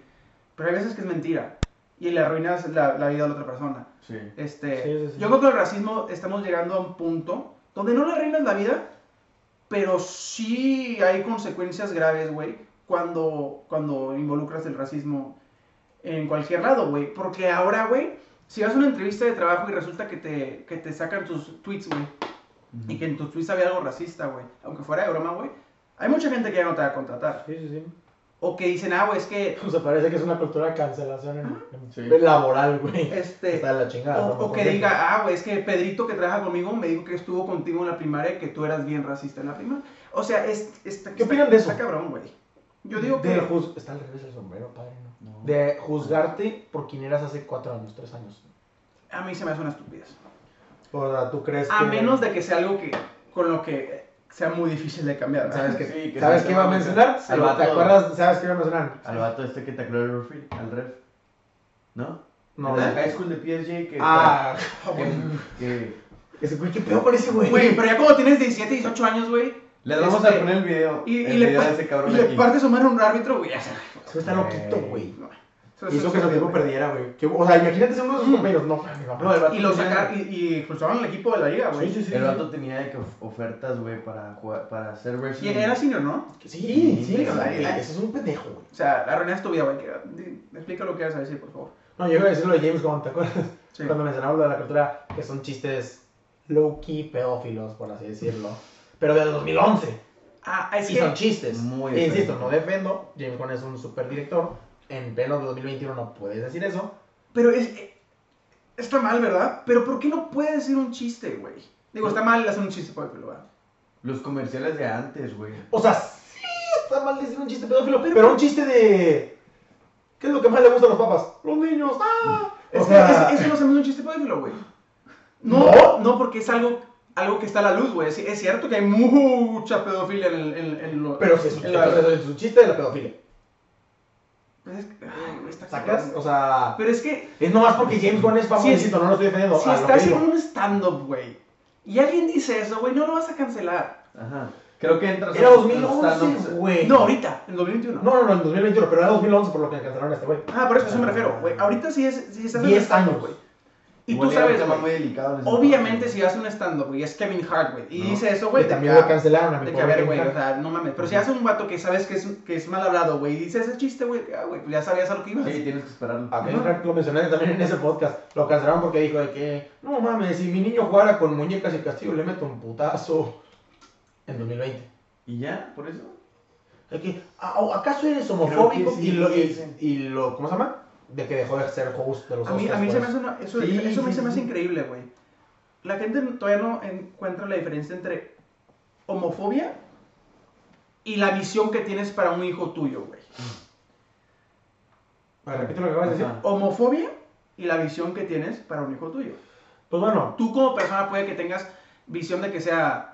Pero hay veces que es mentira. Y le arruinas la, la vida a la otra persona.
Sí.
Este,
Sí, sí, sí.
Yo creo que el racismo estamos llegando a un punto donde no le arruinas la vida, pero sí hay consecuencias graves, güey, cuando, cuando involucras el racismo en cualquier lado, güey. Porque ahora, güey, si vas a una entrevista de trabajo y resulta que te, que te sacan tus tweets, güey, y que en tus tweets había algo racista, güey, aunque fuera de broma, güey, hay mucha gente que ya no te va a contratar.
Sí, sí, sí.
O que dicen, ah, güey, es que
O sea, parece que es una cultura de cancelación en- en-
Sí.
laboral, güey.
Este,
Está de la chingada. está
O, o
muy
que
corriente.
diga, ah, güey, es que Pedrito que trabaja conmigo me dijo que estuvo contigo en la primaria y que tú eras bien racista en la primaria. O sea, es, está-
¿Qué
está-
opinan de eso?
Está cabrón, güey. Yo digo
De
que...
juz- Está al revés el sombrero, padre, ¿no?
No.
De juzgarte por quien eras hace cuatro años, tres años.
A mí se me hace una estupidez.
O sea, tú crees
A
que...
menos de que sea algo que con lo que sea muy difícil de cambiar. ¿verdad?
¿Sabes qué,
Sí, que
¿sabes
se
qué iba a
llama-
mencionar?
Sí,
Al- ¿Te
vato.
acuerdas? ¿Sabes qué iba a mencionar?
Al vato este que tacleó el refri, al ref. ¿No?
No,
El de la high school de PSG que.
Ah,
que- que-
ese güey, ¿qué pedo con ese güey?
Güey, pero ya cuando tienes 17, 18 años, güey,
Les vamos
Este,
a poner el video.
y, y
el
le,
video
par-
de ese cabrón
y le
aquí.
partes su mano a un árbitro, güey, ya se-
Ese güey está loquito, güey.
no. Eso- eso-
Hizo que
eso-
su equipo perdiera, güey. Que- O sea, imagínate ser uno de sus
Mm.
compañeros. No, mames, no,
No, el vato
Y lo
tenía-
sacaron, y, y expulsaron al equipo de la liga, güey.
Sí, sí, sí.
El vato tenía de que of- ofertas, güey, para jugar, para hacer
Y
wrestling.
era senior, ¿no?
Sí, sí,
Sí,
o sea,
sí.
ese es un pendejo, güey.
O sea, arruinaste tu vida, güey. que- di- Explica lo que vas a decir, por favor.
No, yo iba a decir lo de James Gunn, ¿te acuerdas?
Sí.
Cuando mencionamos lo de la cultura, que son chistes low-key pedófilos, por así decirlo. Pero del 2011.
Ah, es
Y
que-
son chistes.
Muy
E Insisto,
diferente.
no defiendo. James Gunn es un super director. En pleno 2021 no puedes decir eso.
Pero es... eh, Está mal, ¿verdad? Pero ¿por qué no puede decir un chiste, güey? Digo, está mal hacer un chiste por ¿verdad?
Los comerciales de antes, güey.
O sea, sí está mal decir un chiste pedófilo, pero, un chiste de. ¿Qué es lo que más le gusta a los papás? Los niños. ¡Ah!
Es
O
que
sea,
es- eso no se me hace un chiste pedófilo, güey. No, no,
¿No?
porque es algo, algo que está a la luz, güey. Es, es cierto que hay mucha pedofilia en, el, en, en lo...
Pero si es un,
en la-
entonces es un chiste de la pedofilia.
Pues es que- ay, güey, está
¿Sacas?
cabrón.
O sea.
Pero es que
Es nomás porque James Gunn es famoso,
Sí,
insisto, no lo estoy defendiendo.
si
a lo
estás
que
en
digo.
un stand-up, güey, y alguien dice eso, güey, no lo vas a cancelar.
Ajá. Creo que entras
Era
a- a los
2011,
stand-ups-
güey.
No, ahorita, en 2021.
No, no, no, en 2021, pero era 2011 por lo que cancelaron a este güey.
Ah, por eso a eso me refiero, güey. Ahorita sí es, sí estás en
10
stand-up,
años.
güey. Y
Igual
tú
era un
sabes,
tema
güey,
muy delicado en ese
obviamente
entonces.
si hace un stand-up, güey, es Kevin Hart, güey, y
No.
dice eso,
Que
güey,
también
de
lo
que,
cancelaron a
ah,
mi
de que, a
pobre
ver, güey,
Kevin
o
Hart.
sea, no mames. Pero si hace un vato que sabes que es, que es mal hablado, güey, y dice ese chiste, güey, ah, güey, pues ya sabías a lo que ibas.
Sí, tienes que esperarlo.
A Kevin
Ajá.
Hart lo mencioné también en ese podcast. Lo cancelaron porque dijo de que, no mames, si mi niño jugara con muñecas y castillo le meto un putazo. En 2020.
¿Y ya? ¿Por eso?
De que, "Ah, oh, ¿acaso eres homofóbico?
Creo que sí,
y, lo, y,
dicen.
y lo, ¿cómo se llama? De que dejó de ser host de los
A mí, a
Oscars,
mí se
pues.
me hace una- eso,
Sí,
eso a mí
sí,
se me hace
sí.
increíble, güey. La gente todavía no encuentra la diferencia entre homofobia y la visión que tienes para un hijo tuyo, güey.
A ver, repite lo que acabas de decir.
Ajá.
Homofobia y la visión que tienes para un hijo tuyo.
Pues bueno,
tú como persona puede que tengas visión de que sea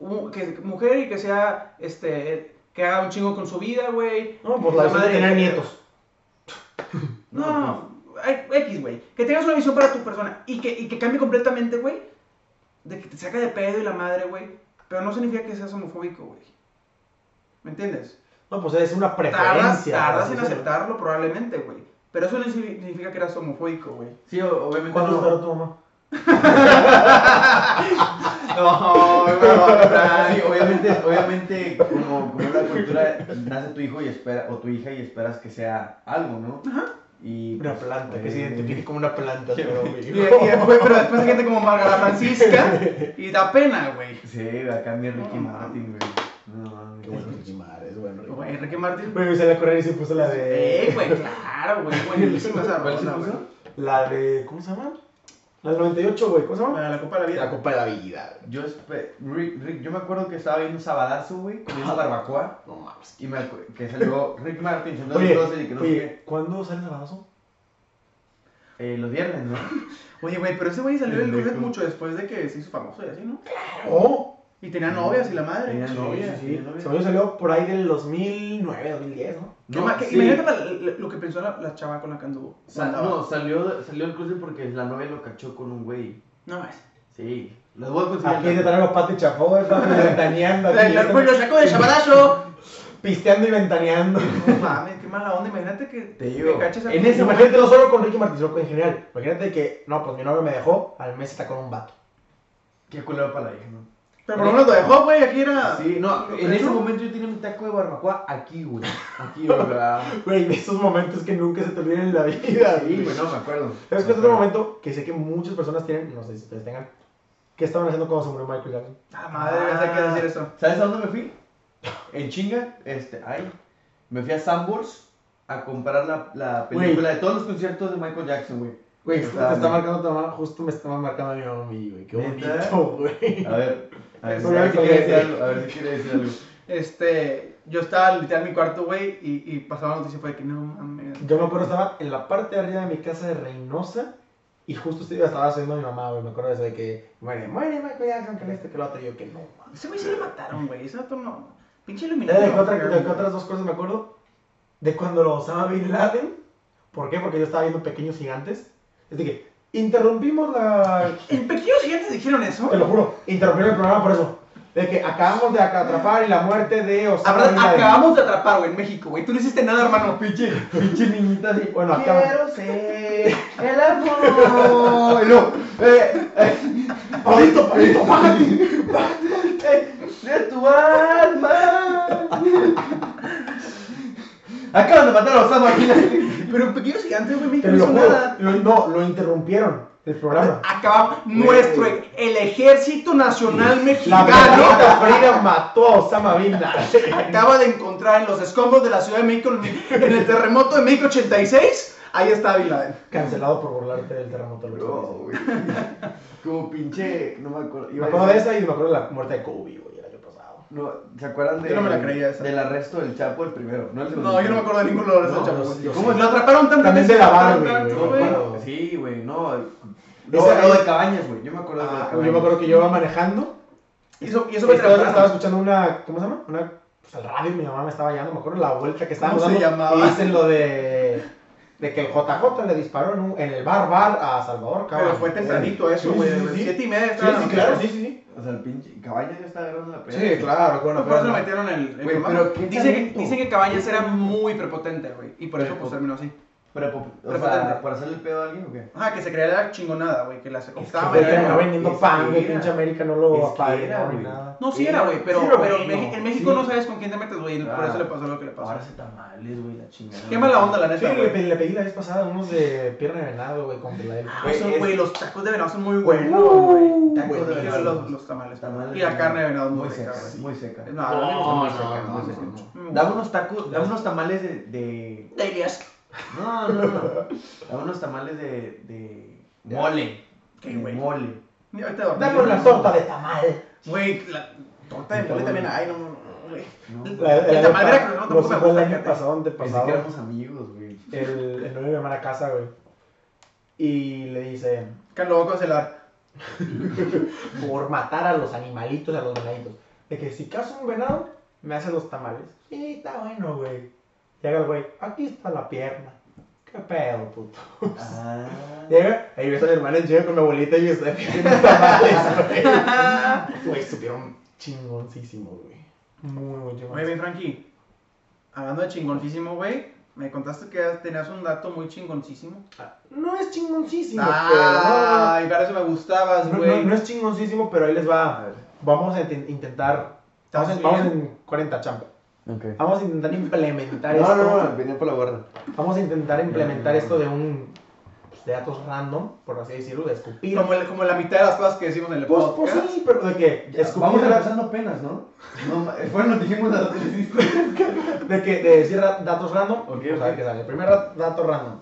u- que mujer y que sea este que haga un chingo con su vida, güey.
no, pues la
La
visión de
madre-
tener nietos.
No, no, ay, X, güey. Que tengas una visión para tu persona y que, y que cambie completamente, güey. De que te saca de pedo y la madre, güey. Pero no significa que seas homofóbico, güey. ¿Me entiendes?
No, pues es una
Tardas,
preferencia. por
tardas
así
en
decirlo.
aceptarlo probablemente, güey. Pero eso no significa que eras homofóbico, güey.
Sí, o- obviamente.
¿Cuánto
no.
esperó tu mamá?
No, güey.
Sí, obviamente, obviamente como, como una cultura, nace tu hijo y espera, o tu hija y esperas que sea algo, ¿no? Y,
Una
pues,
planta, que
güey,
se identifique como una planta, pero
Y, y después, pero después hay gente como Margarita Francisca y da pena, güey.
Sí, acá mi Ricky
No,
Martin, güey. No, mames.
Qué bueno Ricky Mar, es bueno Ricky
Güey,
Mar.
Enrique Martín.
Güey, se la correr y se puso la de.
Eh, güey, claro, güey. Buenísima esa
¿Cuál se
ronda, güey.
puso?
La de. ¿Cómo se llama? La del 98, güey. ¿Cómo se llama?
Para la Copa de la Vida.
La Copa de la Vida.
Yo, espe- Rick, Rick, yo me acuerdo que estaba viendo Sabadazo, güey, comiendo barbacoa.
No mames.
Y me acu- que salió Rick Martin, siendo
Oye,
entonces y que no sé
oye, ¿cuándo sale Sabadazo?
qué. Eh, los viernes, ¿no?
Oye, güey, pero ese güey salió del
Pendejo.
closet mucho después de que se hizo famoso y así, ¿no?
Oh,
Y tenía novias y la madre.
Tenía novias,
sí.
tenía novias.
Sabadazo salió por ahí del 2009, 2010, ¿no?
No,
No,
ma- que-
sí.
Imagínate la- la- lo que pensó la, la chava con la que anduvo.
Sa- no, salió, salió el cruce porque la novia lo cachó con un güey.
No más.
Sí. Los voy a conseguir.
Aquí te traigo Pati Chafó, güey, papi, ventaneando. aquí, ya
Pues lo sacó de chavalazo.
estamos pisteando y ventaneando.
No mames, qué mala onda. Imagínate que
Te digo,
que caches a-
En ese imagínate no solo con Ricky Martin, sino con en general. Imagínate que, no, pues mi novio me dejó, al mes está con un vato.
Qué culero para la hija, ¿no?
Pero por lo menos lo dejó, güey. Aquí era.
Sí, no,
¿Lo
en ese
cachó?
momento yo tenía mi taco de barbacoa aquí, güey. Aquí, güey. ¿verdad?
Güey, de esos momentos que nunca se te olvidan en la vida.
Sí, güey, no me acuerdo.
¿Sabes
Me
que es otro
acuerdo.
momento que sé que muchas personas tienen, no sé si ustedes tengan, ¿qué estaban haciendo cuando se murió Michael Jackson?
Ah, madre, ya sé qué decir eso.
¿Sabes a dónde me fui? En chinga, este, ay. Me fui a Sanborns a comprar la, la película de todos los conciertos de Michael Jackson, güey.
Güey,
Está
justo te está
bien.
marcando tu mamá, justo me estaba marcando a mi mamá a mí, güey. Qué
¿Neta?
bonito, güey.
A ver, a ver,
Eso
a
no
ver
me
si quiere decir
convence.
algo, a ver si quiere decir algo.
Este, yo estaba literal en mi cuarto, güey, y, y pasaba la noticia fue de que no mames.
Yo me acuerdo, estaba en la parte de arriba de mi casa de Reynosa y justo estaba- estaba haciendo a mi mamá, güey. Me acuerdo de eso de que muere, muere Michael Jackson, que este, que lo otro. Y yo que no, mames.
Ese güey se lo mataron, güey. Ese dato no. Pinche
¿De
iluminado.
Eh, qué otra- de qué otras dos cosas me acuerdo? De cuando lo Osama Bin Laden. ¿Por qué? Porque yo estaba viendo Pequeños Gigantes. Es de que interrumpimos la...
¿En pequeños gigantes dijeron eso?
Te lo juro, interrumpimos el programa por eso. De que acabamos de atrapar y la muerte de Osama
Habrá-
Bin Laden.
acabamos de atrapar, güey, en México, güey. Tú no hiciste nada, hermano.
Pinche, pinche niñita así.
Bueno, acá-
Quiero ser el amor. Y luego, eh, eh,
Pablito, Pablito, bájate.
eh, de tu alma. Acaban de matar a Osama aquí.
Pero en pequeños gigantes, güey, México
Te
no
lo
hizo
juro.
nada.
Lo- no, lo interrumpieron el programa.
Acabamos nuestro, el ejército nacional
La
mexicano
verdadera Frida mató a Osama Bin Laden.
acaba de encontrar en los escombros de la Ciudad de México, en el terremoto de México 86, ahí está Bin Laden.
Cancelado por burlarte del terremoto. Luis.
Como pinche, no me acuerdo.
me acuerdo de esa y me acuerdo de la muerte de Kobe, güey, el año pasado.
No, ¿Se acuerdan de,
Yo no me la creía esa.
del arresto del Chapo el primero? No, el
No, yo no me acuerdo de ninguno de los
No,
hechos,
no,
güey.
yo
¿Cómo?
sí.
Lo atraparon tanto
También
que
de
se
la Barbie,
atraparon tanto,
güey, me
güey.
acuerdo.
Sí, güey, no.
Ese-
No, lo de Cabañas, güey. Yo me acuerdo de
Ah,
Cabañas.
yo me acuerdo que yo iba manejando.
Y eso, y eso
Estaba,
me atraparon.
estaba escuchando una. ¿Cómo se llama? Una. Pues al radio, mi mamá me estaba llamando. Me acuerdo la vuelta que estábamos
¿Cómo se
dando,
llamaba?
Y dicen lo de. De que el JJ le disparó en, un- en el bar bar a Salvador Cabañas.
Pero fue tempranito eso,
Sí,
güey.
sí,
de
sí, sí.
Siete y media
Sí,
estaba la
sí,
noche.
claro, sí, sí. sí.
O sea, el pinche Cabañas ya está agarrando la pena.
Sí, claro, bueno,
por eso
pero-
le metieron el, el
Güey,
programa.
pero qué
Dice que,
talento.
dice que Cabañas era muy prepotente, güey. Y por eso
Pero-
pues terminó así.
Pero, po- o
Prepotente.
sea, ¿para hacerle el pedo a alguien o qué?
Ajá, que se creía la chingonada, güey. Que la estaba
Pero
era,
Este terminó
güey,
vendiendo
es
pan, güey.
que era.
Pinche América no lo
Es que
apadrinó
era,
ni
güey.
nada.
No, sí era, güey. Pero,
Sí, era,
pero
güey,
en, Meji-
no.
en México
Sí.
no sabes con quién te metes, güey. y Por
Ah.
eso le pasó lo que le pasó.
Ahora se tamales, güey, la chingada.
Qué mala onda, la
Sí,
neta,
le,
güey.
pe- le pedí la vez pasada unos de pierna de venado, güey, con Filadelfia.
Ah,
Güey,
son,
es-
güey, los tacos de venado son muy
Güey,
buenos,
no,
güey.
güey.
Tacos de
Tacos de
venado,
venado.
los, los tamales.
Tamales
Y la carne de venado muy,
Muy
rica,
seca,
güey.
muy seca.
No, la neta,
No,
muy
no,
seca,
no,
muy
no,
seca.
no.
Dame unos tacos, dame unos tamales de. de...
De Elias.
No, no, no. Dame unos tamales de. de... Mole.
Qué
De
güey.
Mole.
Ni ahorita dormí.
Dame una torta de tamal.
Güey, la torta de mole también. Ay, no, no, no, güey.
No,
El
La, la,
tamal
de-
veracruzano tampoco
no sé,
me
fue el
gusta,
año
fíjate.
pasado,
Pensé que
antepasado.
éramos amigos, güey.
el, el novio de mi hermana a casa, güey. Y le dice,
Que lo voy a cancelar.
por matar a los animalitos, a los venaditos. De que si caso un venado, me hace los tamales. Sí, está bueno, güey. Llega el güey, aquí está la pierna. ¿Qué pedo, puto?
Ah.
Llega, ahí ves a mi hermana, llega con mi abuelita y ves haciendo tamales, güey. Güey, estuvieron chingoncísimos, güey. Muy, muy
Muy
chingoncísimos.
bien, Frankie. Hablando de chingoncísimo, güey. Me contaste que tenías un dato muy chingoncísimo.
No es chingoncísimo, Ah,
Ay, para eso me gustabas,
pero... No, no,
güey.
no es chingoncísimo, pero ahí les
A
va.
ver.
Vamos a inten- intentar... Vamos en,
¿Estás
vamos
bien?
en 40 champa.
Ok.
Vamos a intentar implementar
No,
esto.
no, no, venía por la borda.
Vamos a intentar implementar esto de un pues, de datos random, por así decirlo, de escupir.
Como, el- como la mitad de las cosas que decimos en el
pues, pues
podcast.
sí, pero de que
Ya,
escupir,
Vamos lanzando penas, ¿no? No, ma- eh, bueno, dijimos las otras
de que de decir ra- datos random, pues,
Ok,
o sea,
ok.
que sale. El primer ra- dato random.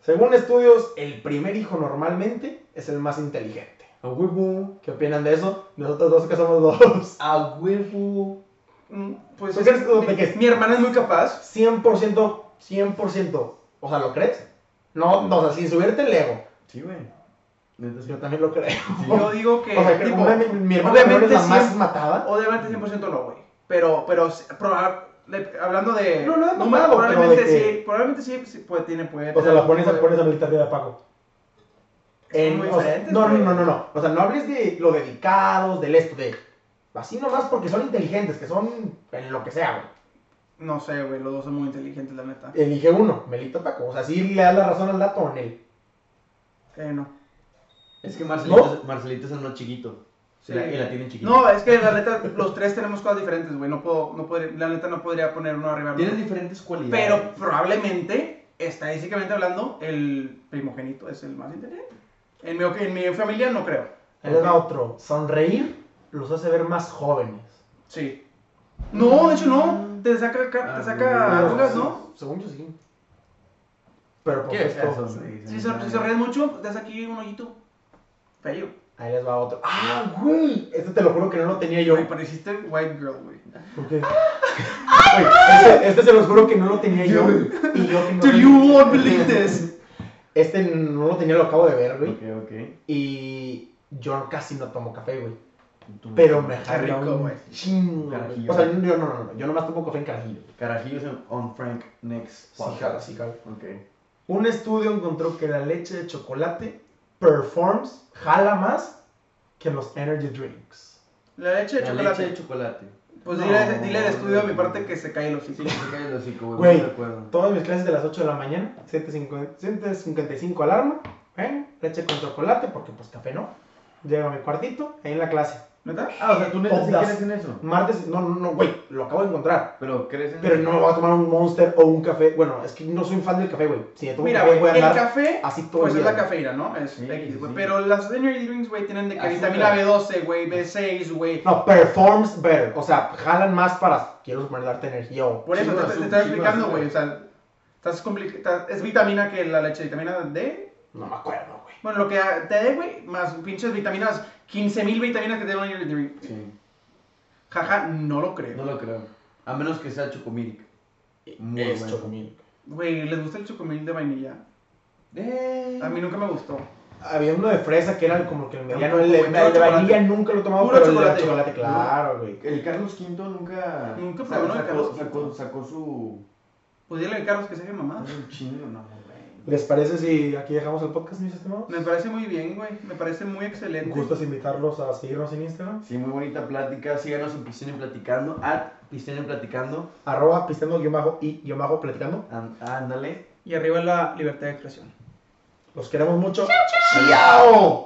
Según estudios, el primer hijo normalmente es el más inteligente.
A huevo.
¿Qué opinan de eso? Nosotros dos que somos dos.
A huevo.
Mm, Pues
Pues eres tú,
mi,
de que-
mi hermana es muy capaz.
100%, 100%. O sea, ¿lo crees? No, no, o sea, sin subirte el ego.
Sí, güey. Neta, sí.
Yo también lo creo.
Yo digo que.
Oh. o sea, que
tipo,
una- mi, mi hermana
obviamente
menor es la
sí
más
es-
matada.
Obviamente 100% no, güey. Pero, pero s- proba- le- hablando de.
No, no es
números,
mamado, pero
probablemente
de que-
sí. Probablemente sí, pues, sí, puede, tiene, puede.
O sea,
tener
la pones,
algún tipo
pones a militar de Paco.
de-
En-
muy
o sea,
diferentes,
no, no,
güey.
no, no, no. O sea, no hables de lo dedicados, del esto, de. Así nomás porque son inteligentes, que son en lo que sea, güey.
No sé, güey, los dos son muy inteligentes, la neta.
Elige uno, Melita Paco. O sea, sí le das la razón al dato en él.
Eh, no.
Es que Marcelito,
¿No?
Marcelito es el más chiquito. Se
Sí.
la- y la tienen chiquita.
No, es que la neta, los tres tenemos cosas diferentes, güey. No puedo, no podría, la neta no podría poner uno arriba del
Tienen
otro.
diferentes cualidades.
Pero probablemente, estadísticamente hablando, el primogénito es el más inteligente. En mi, en mi familia no creo.
Él era otro. Sonreír los hace ver más jóvenes.
Sí. No, de hecho no. Te saca, ca-
Ah,
te
no,
saca arrugas, ¿no? Ah,
Según yo sí. Pero por
¿Qué es
supuesto,
eso?
Si, sor- si sonríes mucho, te das aquí un hoyito. Feo.
Ahí les va otro. ¡Ah, güey! Este te lo juro que no lo tenía yo.
Güey, pareciste white girl, güey.
¿Por qué? Güey, este, este se los juro que no lo tenía yo. Y yo que no
Till
lo-
you won't believe this.
Este no lo tenía, lo acabo de ver, güey.
Ok, ok.
Y yo casi no tomo café, güey.
Tú-
Pero me
Está rico,
jala un
güey.
chingo. güey.
Carajillo.
O sea, yo no, no, no, no. Yo nomás tomo café en carajillo.
Carajillos en- on Frank Next.
Sí, jala, sí, jala.
Ok.
Un estudio encontró que la leche de chocolate performs, jala más que los energy drinks.
La leche de
La
chocolate.
leche de chocolate.
Pues
No.
dile, dile al estudio de mi parte que se cae los
Sí,
hocico.
que se cae el hocico, güey.
Güey.
no recuerdo.
Todas mis clases de las 8 de la mañana, 7.50 7.55 alarma, ¿eh? leche con chocolate, porque pues café no. Llego a mi cuartito, ahí en la clase.
¿Neta?
Ah, o sea, tú neta sí
Todas.
crees en eso.
Martes, no, no, no, güey, lo acabo de encontrar.
Pero crees en
Pero no me voy a tomar un monster o un café. Bueno, es que no soy fan del café, güey. Si me tomo
Mira,
un café,
güey,
voy a
el
andar
café,
así todo
pues
el
es
día.
la cafeína, ¿no? Es
Sí,
X, güey.
sí.
Pero las energy drinks, güey, tienen de que
Azúcar.
vitamina B12, güey, B6, güey.
No, performs better. O sea, jalan más para. Quiero suponer darte energía o
Por eso
Chingo de
te, te- te
azúcar,
estás
chingo de
explicando, güey. O
azúcar.
sea, estás compli- ta- es vitamina que la leche, vitamina D.
No me acuerdo, güey.
Bueno, lo que te dé, güey, más pinches vitaminas, 15.000 vitaminas que te da una energy drink.
Sí,
Jaja, no lo creo.
no lo creo. A menos que sea Chocomilk. Muy
es
bueno.
chocomil.
Güey, ¿les gusta el chocomil de vainilla?
Eh.
A mí nunca me gustó.
Había uno de fresa que era como que el mediano.
Tampoco,
El, de-
güey, puro
el de vainilla
chocolate.
nunca lo he tomado,
Puro
pero el de
chocolate,
chocolate,
yo.
claro, güey.
El Carlos V nunca.
Nunca
sa-
probé uno de
sacó-
Carlos V.
Sacó, sacó su.
Pues dile a Carlos que se haga mamá.
Un chingo, no, güey.
¿Les parece si aquí dejamos el podcast, mis estimados?
Me parece muy bien, güey. Me parece muy excelente.
¿Gustas invitarlos a seguirnos en Instagram?
Sí, muy bonita plática. Síganos en Piscina Platicando. At Piscina Platicando.
Arroba pisteando guión bajo y guión bajo platicando.
An- Ándale.
Y arriba la libertad de expresión.
Los queremos mucho. ¡Chao!